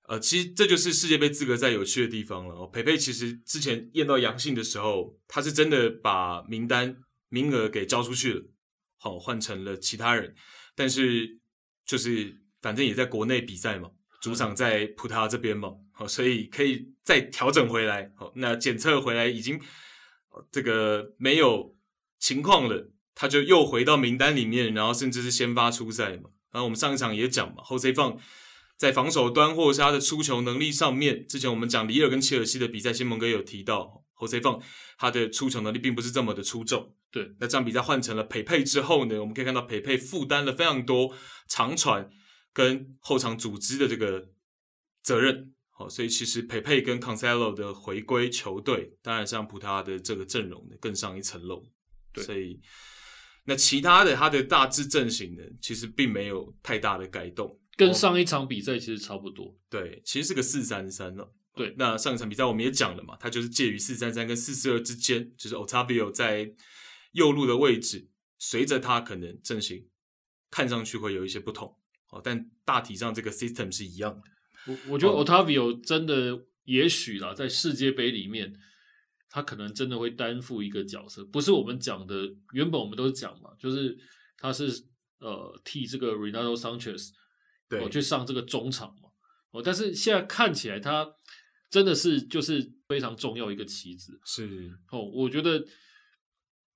Speaker 1: 呃，其实这就是世界杯资格赛有趣的地方了。哦培培其实之前验到阳性的时候，他是真的把名单名额给交出去了，好换成了其他人，但是就是反正也在国内比赛嘛，主场在葡萄牙这边嘛，好，所以可以再调整回来。好，那检测回来已经呃这个没有情况了，他就又回到名单里面，然后甚至是先发出赛嘛。然后我们上一场也讲嘛，Jose 放在防守端或者是他的出球能力上面，之前我们讲里尔跟切尔西的比赛，新蒙哥有提到 Jose 放他的出球能力并不是这么的出众。
Speaker 2: 对，
Speaker 1: 那这场比赛换成了培佩之后呢，我们可以看到培佩负担了非常多长传跟后场组织的这个责任。好，所以其实培佩跟 Cancelo 的回归球队，当然是让葡萄牙的这个阵容呢更上一层楼。
Speaker 2: 对
Speaker 1: 所以那其他的他的大致阵型呢，其实并没有太大的改动。
Speaker 2: 跟上一场比赛其实差不多。
Speaker 1: 对，其实是个四三三了。
Speaker 2: 对
Speaker 1: 那上一场比赛我们也讲了嘛，它就是介于四三三跟四四二之间，就是 Otavio 在右路的位置，随着他可能阵型看上去会有一些不同哦，但大体上这个 system 是一样的。
Speaker 2: 我我觉得 Otavio 真的，也许啦，在世界杯里面，他可能真的会担负一个角色，不是我们讲的，原本我们都讲嘛，就是他是呃替这个 Renato Sanchez 哦
Speaker 1: 对
Speaker 2: 我、去上这个中场嘛，哦，但是现在看起来他真的是就是非常重要一个棋子，
Speaker 1: 是
Speaker 2: 哦，我觉得，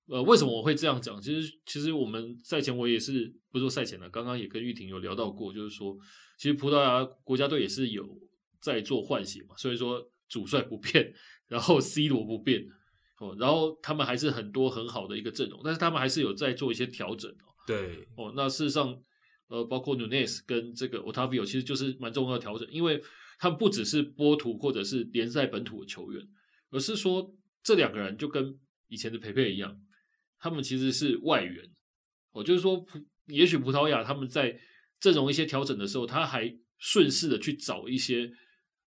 Speaker 2: 呃，为什么我会这样讲？其实，其实我们赛前我也是，不是说赛前了，刚刚也跟玉婷有聊到过，就是说，其实葡萄牙国家队也是有在做换血嘛，所以说主帅不变，然后 C 罗不变，哦，然后他们还是很多很好的一个阵容，但是他们还是有在做一些调整哦。
Speaker 1: 对，
Speaker 2: 哦，那事实上，呃，包括 Nunes 跟这个 Otavio 其实就是蛮重要的调整，因为他们不只是波图或者是联赛本土的球员，而是说这两个人就跟以前的培培一样，他们其实是外援。哦，就是说葡，也许葡萄牙他们在阵容一些调整的时候，他还顺势的去找一些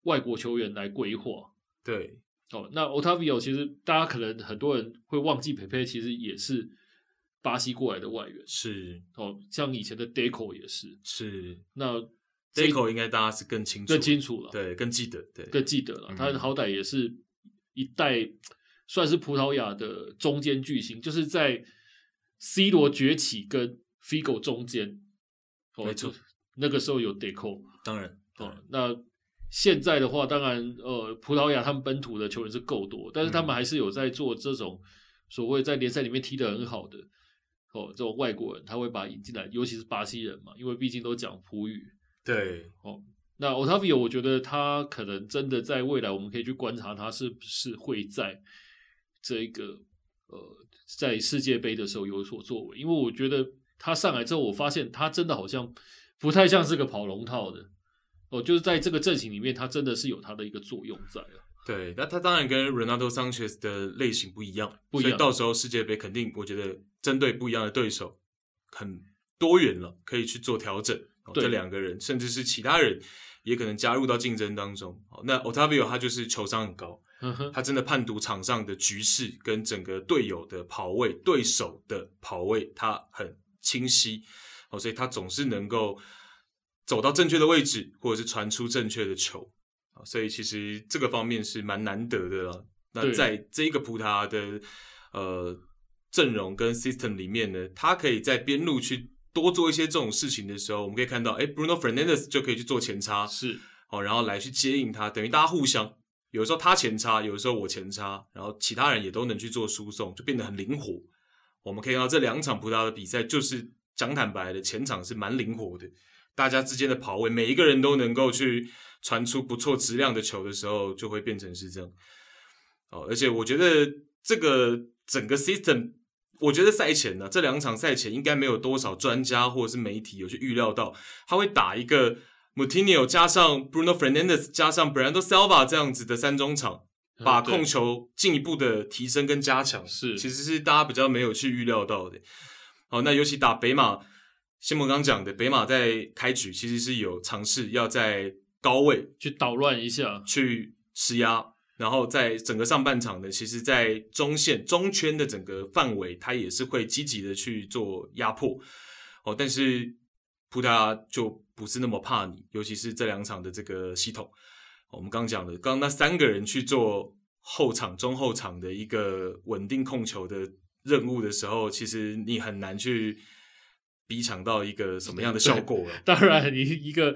Speaker 2: 外国球员来规划。
Speaker 1: 对，
Speaker 2: 哦，那 Otavio 其实大家可能很多人会忘记，培培其实也是巴西过来的外援。
Speaker 1: 是
Speaker 2: 哦，像以前的 Deco 也是，
Speaker 1: 是
Speaker 2: 那
Speaker 1: 这一口应该大家是更清楚、
Speaker 2: 更清楚了，，
Speaker 1: 对，更记得，对，
Speaker 2: 更记得了。
Speaker 1: 嗯
Speaker 2: 他好歹也是一代，算是葡萄牙的中间巨星，就是在 C 罗崛起跟 Figo 中间哦
Speaker 1: 没错，
Speaker 2: 就那个时候有 Deco，
Speaker 1: 当然，
Speaker 2: 哦
Speaker 1: 对，
Speaker 2: 那现在的话，当然，呃，葡萄牙他们本土的球员是够多，但是他
Speaker 1: 嗯
Speaker 2: 们还是有在做这种所谓在联赛里面踢得很好的哦，这种外国人他会把他引进来，尤其是巴西人嘛，因为毕竟都讲葡语。
Speaker 1: 对，
Speaker 2: 那 Otavio，我觉得他可能真的在未来，我们可以去观察他是不是会在这个呃，在世界杯的时候有所作为，因为我觉得他上来之后，我发现他真的好像不太像是个跑龙套的哦，就是在这个阵型里面，他真的是有他的一个作用在啊。
Speaker 1: 对，那他当然跟 Ronaldo Sanchez 的类型不一样，
Speaker 2: 不一
Speaker 1: 所以
Speaker 2: 样
Speaker 1: 到时候世界杯肯定，我觉得针对不一样的对手，很多元了，可以去做调整。哦
Speaker 2: 对
Speaker 1: 这两个人，甚至是其他人，也可能加入到竞争当中。哦那 Otavio 他就是球商很高，
Speaker 2: 呵呵，
Speaker 1: 他真的判读场上的局势跟整个队友的跑位、对手的跑位，他很清晰哦，所以他总是能够走到正确的位置，或者是传出正确的球啊、哦所以其实这个方面是蛮难得的了。那
Speaker 2: 对
Speaker 1: 在这一个葡萄牙的呃阵容跟 system 里面呢，他可以在边路去多做一些这种事情的时候，我们可以看到，哎，Bruno Fernandes 就可以去做前插，
Speaker 2: 是
Speaker 1: 哦，然后来去接应他，等于大家互相，有时候他前插，有时候我前插，然后其他人也都能去做输送，就变得很灵活。我们可以看到这两场葡萄牙的比赛，就是讲坦白的，前场是蛮灵活的，大家之间的跑位，每一个人都能够去传出不错质量的球的时候，就会变成是这样。哦，而且我觉得这个整个 system，我觉得赛前呢、啊这两场赛前应该没有多少专家或者是媒体有去预料到他会打一个 Moutinho 加上 Bruno Fernandes 加上 Brando Silva 这样子的三中场，
Speaker 2: 嗯
Speaker 1: 把
Speaker 2: 对
Speaker 1: 控球进一步的提升跟加强，
Speaker 2: 是
Speaker 1: 其实是大家比较没有去预料到的。好，那尤其打北马，先我刚讲的，北马在开局其实是有尝试要在高位
Speaker 2: 去捣乱一下，
Speaker 1: 去施压，然后在整个上半场呢，其实，在中线中圈的整个范围，他也是会积极的去做压迫。哦，但是葡萄牙就不是那么怕你，尤其是这两场的这个系统。哦我们刚讲的，刚刚那三个人去做后场、中后场的一个稳定控球的任务的时候，其实你很难去逼抢到一个什么样的效果了。
Speaker 2: 当然，你一个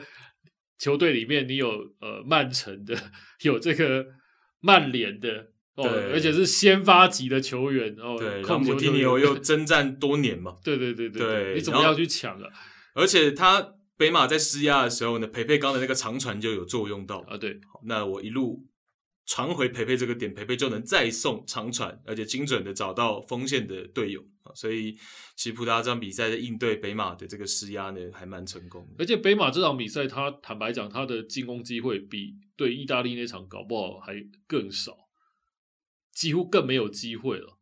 Speaker 2: 球队里面，你有呃曼城的，有这个曼联的哦，
Speaker 1: 对
Speaker 2: 而且是先发级的球员哦，
Speaker 1: 对，然
Speaker 2: 控
Speaker 1: 后
Speaker 2: 球
Speaker 1: 穆
Speaker 2: 球
Speaker 1: 蒂尼
Speaker 2: 员
Speaker 1: 奥又征战多年嘛，
Speaker 2: 对对对
Speaker 1: 对
Speaker 2: 对，你怎么
Speaker 1: 然后
Speaker 2: 样去抢啊？
Speaker 1: 而且他北马在施压的时候呢，培培刚的那个长传就有作用到。
Speaker 2: 啊，对，
Speaker 1: 那我一路传回培培这个点，培培就能再送长传，而且精准的找到锋线的队友啊所以其实葡萄牙这场比赛在应对北马的这个施压呢，还蛮成功的。
Speaker 2: 而且北马这场比赛，他坦白讲，他的进攻机会比对意大利那场搞不好还更少，几乎更没有机会了。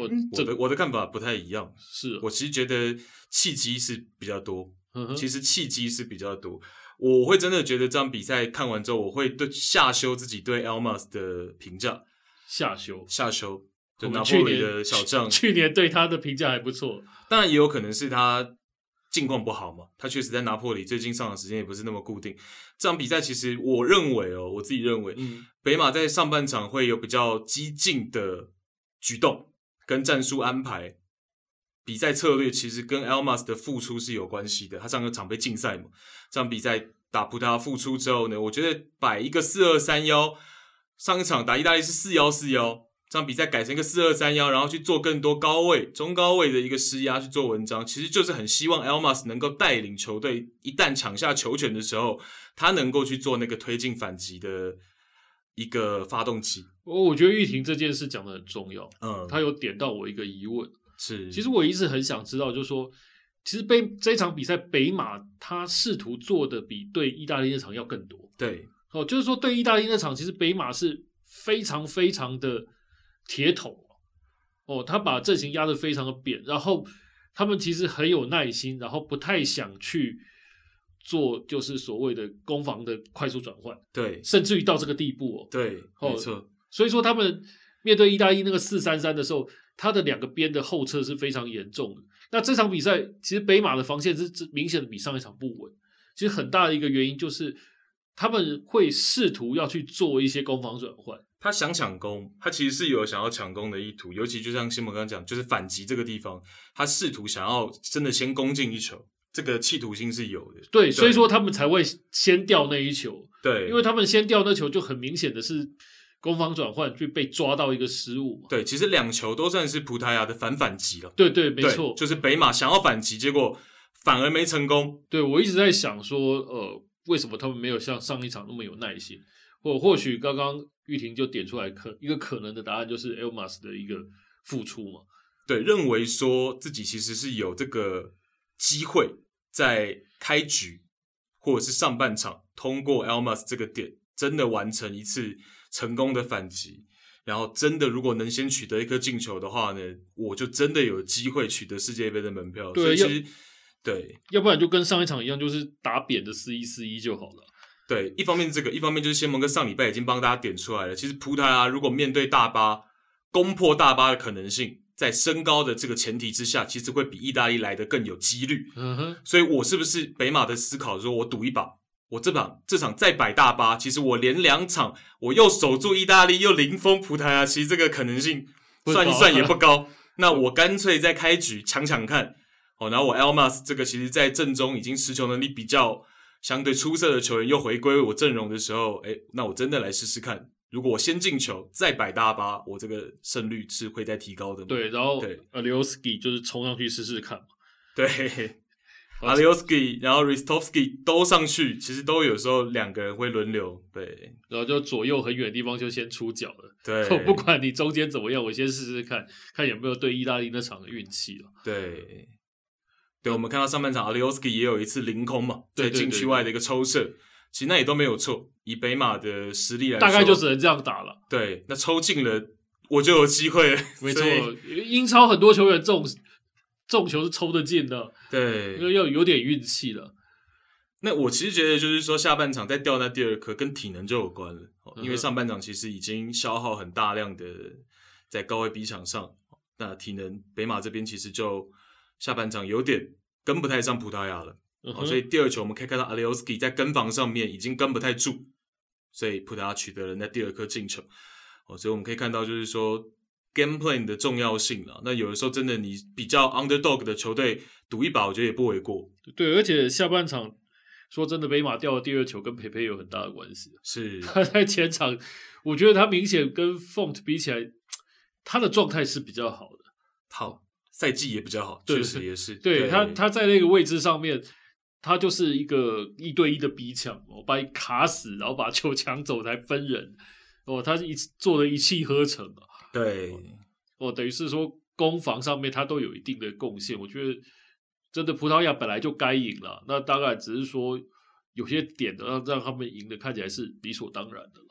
Speaker 2: 我
Speaker 1: 嗯我
Speaker 2: 这个
Speaker 1: 的我的看法不太一样，
Speaker 2: 是啊，
Speaker 1: 我其实觉得契机是比较多，
Speaker 2: 嗯哼
Speaker 1: 其实契机是比较多。我会真的觉得这场比赛看完之后，我会对下修自己对 Elmas 的评价，
Speaker 2: 下修。
Speaker 1: 下修。就
Speaker 2: 我
Speaker 1: 拿
Speaker 2: 们
Speaker 1: 破
Speaker 2: 去
Speaker 1: 里
Speaker 2: 年
Speaker 1: 的小将，
Speaker 2: 去年对他的评价还不错，
Speaker 1: 当然也有可能是他近况不好嘛，他确实在拿破里最近上场时间也不是那么固定。这场比赛其实我认为哦，我自己认为，
Speaker 2: 嗯，
Speaker 1: 北马在上半场会有比较激进的举动跟战术安排，比赛策略其实跟 Elmas 的付出是有关系的。他上个场被禁赛嘛，这场比赛打葡萄牙复出之后呢，我觉得摆一个四二三幺，上一场打意大利是四幺四幺，这场比赛改成一个四二三幺，然后去做更多高位、中高位的一个施压去做文章，其实就是很希望 Elmas 能够带领球队，一旦抢下球权的时候，他能够去做那个推进反击的一个发动机。
Speaker 2: 我我觉得玉婷这件事讲的很重要，
Speaker 1: 嗯，
Speaker 2: 他有点到我一个疑问。
Speaker 1: 是
Speaker 2: 其实我一直很想知道，就是说，其实北这一场比赛，北马他试图做的比对意大利那场要更多
Speaker 1: 对
Speaker 2: 哦，就是说对意大利那场，其实北马是非常非常的铁桶哦，他把阵型压得非常的扁，然后他们其实很有耐心，然后不太想去做就是所谓的攻防的快速转换，
Speaker 1: 对
Speaker 2: 甚至于到这个地步哦，
Speaker 1: 对，
Speaker 2: 哦
Speaker 1: 没错，
Speaker 2: 所以说他们面对意大利那个四三三的时候，他的两个边的后撤是非常严重的。那这场比赛其实北马的防线是是明显的比上一场不稳，其实很大的一个原因就是他们会试图要去做一些攻防转换，
Speaker 1: 他想抢攻，他其实是有想要抢攻的意图，尤其就像新蒙刚刚讲，就是反击这个地方，他试图想要真的先攻进一球，这个企图心是有的。
Speaker 2: 对，所以说他们才会先掉那一球，
Speaker 1: 对，
Speaker 2: 因为他们先掉那球就很明显的是攻防转换就被抓到一个失误嘛。
Speaker 1: 对，其实两球都算是葡萄牙的反反击了。
Speaker 2: 对对，没
Speaker 1: 对
Speaker 2: 错，
Speaker 1: 就是北马想要反击，结果反而没成功。
Speaker 2: 对我一直在想说，呃，为什么他们没有像上一场那么有耐心？或或许刚刚玉婷就点出来可一个可能的答案就是 Elmas 的一个付出嘛。
Speaker 1: 对，认为说自己其实是有这个机会在开局或者是上半场通过 Elmas 这个点，真的完成一次成功的反击。然后真的，如果能先取得一颗进球的话呢，我就真的有机会取得世界杯的门票。
Speaker 2: 对
Speaker 1: 所以其
Speaker 2: 要
Speaker 1: 实对
Speaker 2: 要不然就跟上一场一样，就是打扁的四一四一就好了。
Speaker 1: 对，一方面这个，一方面就是先蒙哥上礼拜已经帮大家点出来了。其实葡萄牙如果面对大巴攻破大巴的可能性，在升高的这个前提之下，其实会比意大利来的更有几率。
Speaker 2: 嗯哼，
Speaker 1: 所以我是不是北马的思考说，我赌一把，我这把这场再摆大巴，其实我连两场，我又守住意大利，又零封葡萄牙，其实这个可能性
Speaker 2: 不
Speaker 1: 算一
Speaker 2: 高
Speaker 1: 算也不 高。那我干脆在开局抢抢看，哦，然后我 Elmas 这个其实在阵中已经持球能力比较相对出色的球员又回归我阵容的时候，诶，那我真的来试试看。如果我先进球再摆大巴，我这个胜率是会再提高的嘛。
Speaker 2: 对，然后
Speaker 1: 对
Speaker 2: a l i o s k i 就是冲上去试试看嘛。
Speaker 1: 对
Speaker 2: 好
Speaker 1: 阿里 o s k i 然后 Ristovsky 都上去，其实都有时候两个人会轮流。对
Speaker 2: 然后就左右很远的地方就先出脚了。，
Speaker 1: 对
Speaker 2: 我不管你中间怎么样，我先试试看，看有没有对意大利那场的运气了。
Speaker 1: 对对，我们看到上半场阿里 o s k i 也有一次凌空嘛，在
Speaker 2: 对对
Speaker 1: 禁区
Speaker 2: 对
Speaker 1: 外的一个抽射，其实那也都没有错。以北马的实力来说，
Speaker 2: 大概就只能这样打了。
Speaker 1: 对，那抽进了我就有机会了。
Speaker 2: 没错
Speaker 1: 所以，
Speaker 2: 英超很多球员中中球是抽得进的，因为
Speaker 1: 对。
Speaker 2: 要有点运气了。
Speaker 1: 那我其实觉得就是说，下半场再掉那第二颗跟体能就有关了，哦因为
Speaker 2: 嗯哼
Speaker 1: 上半场其实已经消耗很大量的在高位逼抢上，哦那体能北马这边其实就下半场有点跟不太上葡萄牙了。
Speaker 2: 嗯
Speaker 1: 哦，
Speaker 2: 哼
Speaker 1: 所以第二球我们可以看到 a l i o s k i 在跟防上面已经跟不太住，所以葡萄牙取得了那第二颗进球。哦，所以我们可以看到就是说 game plan 的重要性了。那有的时候真的你比较 underdog 的球队赌一把，我觉得也不为过。
Speaker 2: 对，而且下半场说真的，北马掉的第二球跟佩佩有很大的关系。
Speaker 1: 是
Speaker 2: 他在前场，我觉得他明显跟 Font 比起来，他的状态是比较好的。
Speaker 1: 好，赛季也比较好，
Speaker 2: 对
Speaker 1: 确实也是。
Speaker 2: 对他，他在那个位置上面，他就是一个一对一的逼抢，我把你卡死，然后把球抢走才分人。哦，他一做的一气呵成啊。
Speaker 1: 对
Speaker 2: 哦，等于是说攻防上面他都有一定的贡献。我觉得真的葡萄牙本来就该赢了，那当然只是说有些点让让他们赢的看起来是理所当然的了。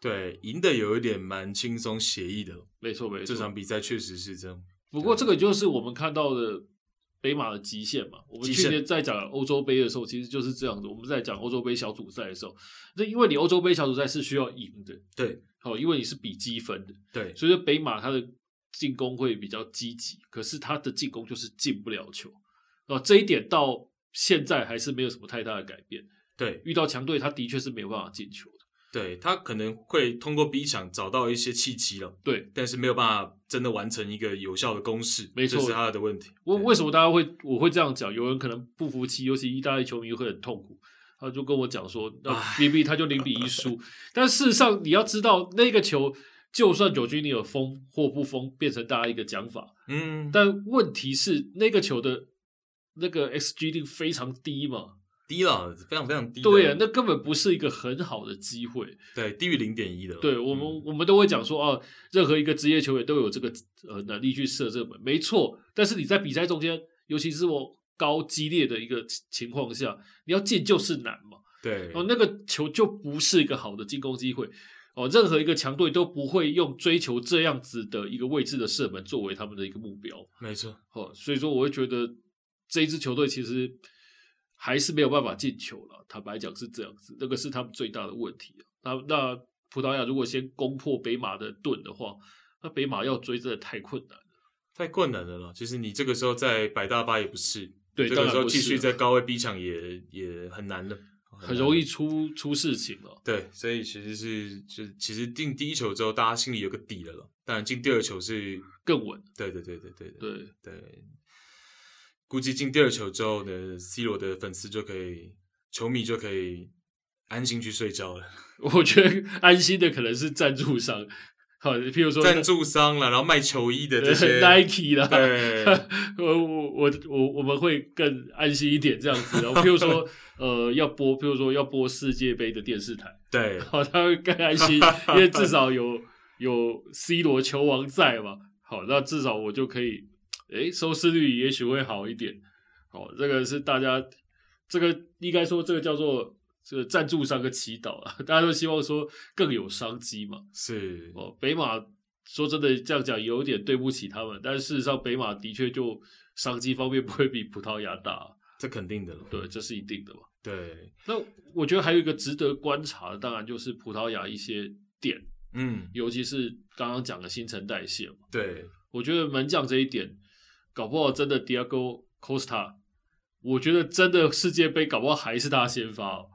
Speaker 1: 对，赢的有一点蛮轻松写意的，
Speaker 2: 没错，没错。
Speaker 1: 这场比赛确实是这样。
Speaker 2: 不过这个就是我们看到的北马的极限嘛。我们
Speaker 1: 极
Speaker 2: 去
Speaker 1: 限
Speaker 2: 年在讲欧洲杯的时候，其实就是这样子。我们在讲欧洲杯小组赛的时候，那因为你欧洲杯小组赛是需要赢的，
Speaker 1: 对
Speaker 2: 好，因为你是比积分的，
Speaker 1: 对
Speaker 2: 所以说北马他的进攻会比较积极，可是他的进攻就是进不了球。哦，这一点到现在还是没有什么太大的改变。
Speaker 1: 对
Speaker 2: 遇到强队，他的确是没有办法进球的。
Speaker 1: 对，他可能会通过逼抢找到一些契机了。
Speaker 2: 对，
Speaker 1: 但是没有办法真的完成一个有效的公式，
Speaker 2: 没错
Speaker 1: 这是他的问题。
Speaker 2: 为
Speaker 1: 对
Speaker 2: 为什么大家会我会这样讲？有人可能不服气，尤其意大利球迷会很痛苦。他就跟我讲说，那
Speaker 1: 唉
Speaker 2: 明明他就零比一 输，但事实上你要知道，那个球就算九军你有封或不封，变成大家一个讲法，
Speaker 1: 嗯，
Speaker 2: 但问题是那个球的那个 xg 定非常低嘛，
Speaker 1: 低了，非常非常低的。
Speaker 2: 对呀、那根本不是一个很好的机会。
Speaker 1: 对低于零点一的。
Speaker 2: 对我们，
Speaker 1: 嗯
Speaker 2: 我们都会讲说，哦、任何一个职业球员都有这个呃能力去射这门，没错。但是你在比赛中间，尤其是我高激烈的一个情情况下，你要进就是难嘛。
Speaker 1: 对
Speaker 2: 哦，那个球就不是一个好的进攻机会。哦，任何一个强队都不会用追求这样子的一个位置的射门作为他们的一个目标。
Speaker 1: 没错，
Speaker 2: 哦，所以说我会觉得这一支球队其实还是没有办法进球了。坦白讲是这样子，那个是他们最大的问题啊、那那葡萄牙如果先攻破北马的盾的话，那北马要追真的太困难了。
Speaker 1: 太困难了啦。其实你这个时候在摆大巴也不是，
Speaker 2: 对，
Speaker 1: 这个
Speaker 2: 当然
Speaker 1: 时候
Speaker 2: 不
Speaker 1: 继
Speaker 2: 是
Speaker 1: 续
Speaker 2: 了
Speaker 1: 在高位逼抢也也很难了，
Speaker 2: 很容易。出出事情了。
Speaker 1: 对，所以其实是就是其实进第一球之后，大家心里有个底了了。当然进第二球是，
Speaker 2: 更稳，
Speaker 1: 对对对对对对
Speaker 2: 对，
Speaker 1: 对。估计进第二球之后呢，C 罗的粉丝就可以，球迷就可以安心去睡觉了。
Speaker 2: 我觉得 安心的可能是赞助商，好，譬如说
Speaker 1: 赞助商了，然后卖球衣的这些
Speaker 2: Nike 啦，
Speaker 1: 对
Speaker 2: 我我我我我们会更安心一点这样子。然后譬如 说，呃，要播，譬如说要播世界杯的电视台，
Speaker 1: 对
Speaker 2: 好，他会更安心，因为至少有有 C 罗球王在嘛。好，那至少我就可以，诶，收视率也许会好一点。好，这个是大家，这个应该说这个叫做这个赞助商的祈祷啊， 大家都希望说更有商机嘛。
Speaker 1: 是，
Speaker 2: 哦，北马说真的这样讲有点对不起他们，但是事实上北马的确就商机方面不会比葡萄牙大，啊
Speaker 1: 这肯定的了。
Speaker 2: 对，这是一定的嘛。
Speaker 1: 对，
Speaker 2: 那我觉得还有一个值得观察的，当然就是葡萄牙一些点，
Speaker 1: 嗯，
Speaker 2: 尤其是刚刚讲的新陈代谢嘛。
Speaker 1: 对，
Speaker 2: 我觉得门将这一点，搞不好真的 Diego Costa，我觉得真的世界杯搞不好还是他先发、哦，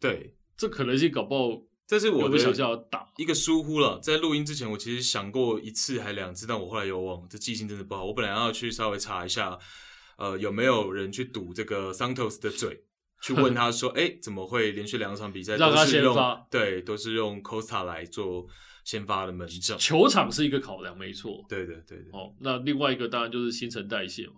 Speaker 1: 对，
Speaker 2: 这可能性搞不好
Speaker 1: 这是我
Speaker 2: 有没
Speaker 1: 的
Speaker 2: 有想象要打
Speaker 1: 一个疏忽了。在录音之前，我其实想过一次还两次，但我后来有忘，这记性真的不好。我本来要去稍微查一下，呃，有没有人去堵这个 Santos 的嘴，去问他 说，哎、怎么会连续两场比赛
Speaker 2: 让
Speaker 1: 都
Speaker 2: 他
Speaker 1: 是
Speaker 2: 先
Speaker 1: 用
Speaker 2: 发
Speaker 1: 对，都是用 Costa 来做先发的门将？
Speaker 2: 球场是一个考量，没错。
Speaker 1: 对对对对
Speaker 2: 哦，那另外一个当然就是新陈代谢嘛。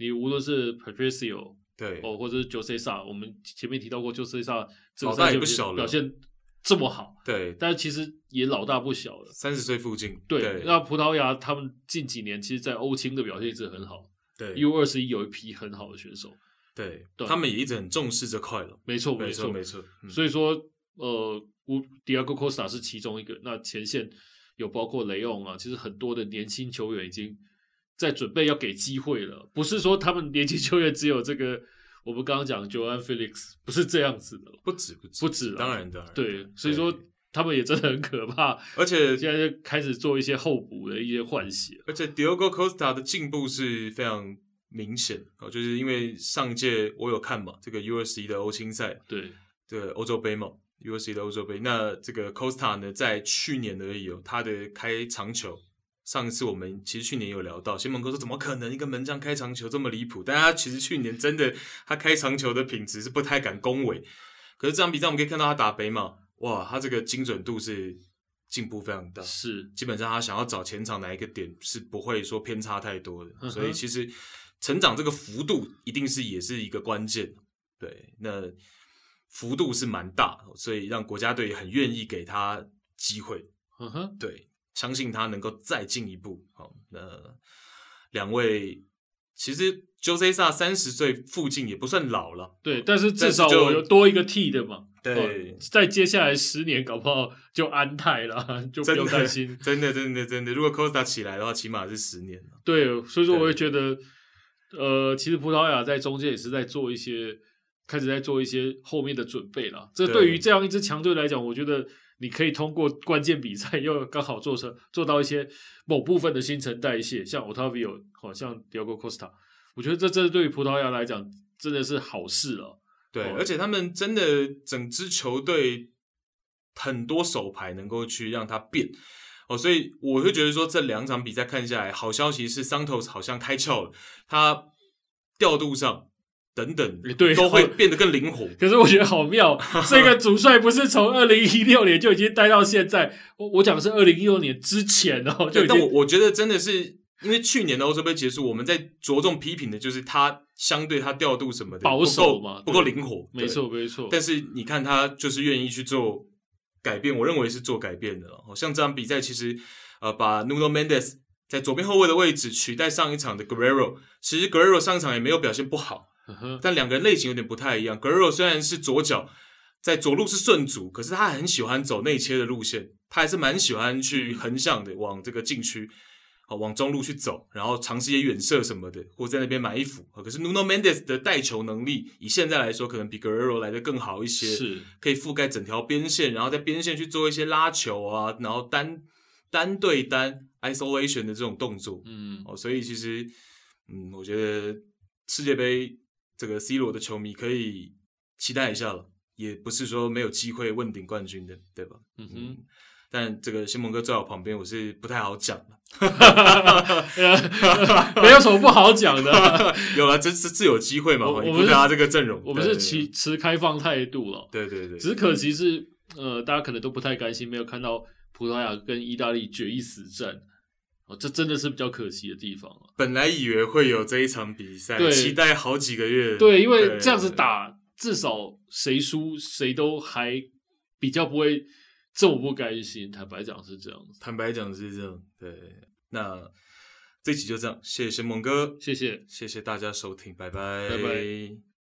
Speaker 2: 你无论是 Patricio
Speaker 1: 对，
Speaker 2: 哦，或者是 Jose Sa，我们前面提到过 Jose Sa 这个
Speaker 1: 老大
Speaker 2: 赛
Speaker 1: 也
Speaker 2: 季
Speaker 1: 不小了
Speaker 2: 表现这么好，
Speaker 1: 对，
Speaker 2: 但其实也老大不小了。
Speaker 1: 三十岁附近，
Speaker 2: 对，
Speaker 1: 对，
Speaker 2: 那葡萄牙他们近几年其实，在欧青的表现一直很好
Speaker 1: 对
Speaker 2: ，U 二十一有一批很好的选手，
Speaker 1: 对
Speaker 2: 对
Speaker 1: 他们也一直很重视这块了。
Speaker 2: 没错
Speaker 1: 没
Speaker 2: 错
Speaker 1: 没错，嗯
Speaker 2: 所以说，呃，乌迪亚戈科斯塔是其中一个。那前线有包括雷翁啊，其实很多的年轻球员已经在准备要给机会了。不是说他们年轻球员只有这个，我们刚刚讲 Joan Felix 不是这样子的。
Speaker 1: 不止不止
Speaker 2: 不止啦
Speaker 1: 当然当然，
Speaker 2: 对，所以说他们也真的很可怕。
Speaker 1: 而且
Speaker 2: 现在就开始做一些候补的一些换血，
Speaker 1: 而且 Diogo Costa 的进步是非常明显哦，就是因为上一届我有看嘛，这个 U 二十一的欧青赛，
Speaker 2: 对，
Speaker 1: 这个欧洲杯嘛，U 二十一的欧洲杯。那这个 Costa 呢，在去年而已哦，他的开场球，上一次我们其实去年有聊到，新门哥说怎么可能一个门将开场球这么离谱？但他其实去年真的他开场球的品质是不太敢恭维。可是这场比赛我们可以看到他打北马，哇，他这个精准度是进步非常大。
Speaker 2: 是
Speaker 1: 基本上他想要找前场哪一个点是不会说偏差太多的，
Speaker 2: 嗯哼
Speaker 1: 所以其实成长这个幅度一定是也是一个关键。对，那幅度是蛮大，所以让国家队也很愿意给他机会。
Speaker 2: 嗯哼，
Speaker 1: 对，相信他能够再进一步。好，那两位其实 Jose Sa 三十岁附近也不算老了，
Speaker 2: 对，但是
Speaker 1: 但
Speaker 2: 至
Speaker 1: 是
Speaker 2: 少
Speaker 1: 就
Speaker 2: 我有多一个 T 的嘛。
Speaker 1: 对
Speaker 2: 哦在接下来十年，搞不好就安泰了， 就不
Speaker 1: 真
Speaker 2: 用
Speaker 1: 的
Speaker 2: 担心。
Speaker 1: 真的真的真的，如果 Costa 起来的话，起码是十年了。
Speaker 2: 对，所以说我
Speaker 1: 对
Speaker 2: 会觉得，呃，其实葡萄牙在中间也是在做一些，开始在做一些后面的准备了。这
Speaker 1: 对
Speaker 2: 对于这样一支强队来讲，我觉得你可以通过关键比赛，又刚好做成做到一些某部分的新陈代谢，像 Otavio，好、像 Diogo Costa，我觉得这这对于葡萄牙来讲真的是好事了。
Speaker 1: 对，
Speaker 2: 哦
Speaker 1: 而且他们真的整支球队很多手牌能够去让它变哦，所以我会觉得说这两场比赛看下来，好消息是 Santos 好像开窍了，他调度上等等
Speaker 2: 诶对
Speaker 1: 都会
Speaker 2: 哦
Speaker 1: 变得更灵活。
Speaker 2: 可是我觉得 好妙，这个主帅不是从二零一六年就已经待到现在，我我讲的是二零一六年之前哦，就
Speaker 1: 对，
Speaker 2: 已
Speaker 1: 但
Speaker 2: 经
Speaker 1: 我我觉得真的是因为去年的欧洲杯结束，我们在着重批评的就是他相对他调度什么的
Speaker 2: 保
Speaker 1: 不够
Speaker 2: 守嘛
Speaker 1: 不够
Speaker 2: 对
Speaker 1: 灵活，
Speaker 2: 没
Speaker 1: 对
Speaker 2: 错没错，
Speaker 1: 但是你看他就是愿意去做改变，我认为是做改变的了。哦像这场比赛，其实呃，把 Nuno Mendes 在左边后卫的位置取代上一场的 Guerrero，其实 Guerrero 上一场也没有表现不好，
Speaker 2: 嗯哼
Speaker 1: 但两个人类型有点不太一样。Guerrero 虽然是左脚，在左路是顺足，可是他很喜欢走内切的路线，他还是蛮喜欢去横向的往这个禁区。哦，往中路去走，然后尝试一些远射什么的，或在那边买衣服。哦可是 Nuno Mendes 的带球能力，以现在来说，可能比 Guerrero 来的更好一些。
Speaker 2: 是。
Speaker 1: 可以覆盖整条边线，然后在边线去做一些拉球啊，然后单单对单 isolation 的这种动作。
Speaker 2: 嗯，
Speaker 1: 哦，所以其实，嗯，我觉得世界杯这个 C 罗的球迷可以期待一下了，也不是说没有机会问鼎冠军的，对吧？
Speaker 2: 嗯哼，
Speaker 1: 但这个新蒙哥坐在我旁边，我是不太好讲的。
Speaker 2: 没有什么不好讲的、
Speaker 1: 有了，这这这有机会嘛？
Speaker 2: 我
Speaker 1: 你
Speaker 2: 我
Speaker 1: 不
Speaker 2: 们是
Speaker 1: 搭这个阵容，
Speaker 2: 我们
Speaker 1: 对
Speaker 2: 是持持开放态度了，
Speaker 1: 对对对，
Speaker 2: 只可惜是呃，大家可能都不太甘心，没有看到葡萄牙跟意大利决一死战，哦，这真的是比较可惜的地方啊。
Speaker 1: 本来以为会有这一场比赛，
Speaker 2: 对
Speaker 1: 期待好几个月。
Speaker 2: 对，因为这样子打，至少谁输谁都还比较不会这么不甘心。坦白讲是这样子，
Speaker 1: 坦白讲是这样。对，那这集就这样，谢谢新蒙哥，
Speaker 2: 谢谢。
Speaker 1: 谢谢大家收听，拜拜，
Speaker 2: 拜拜。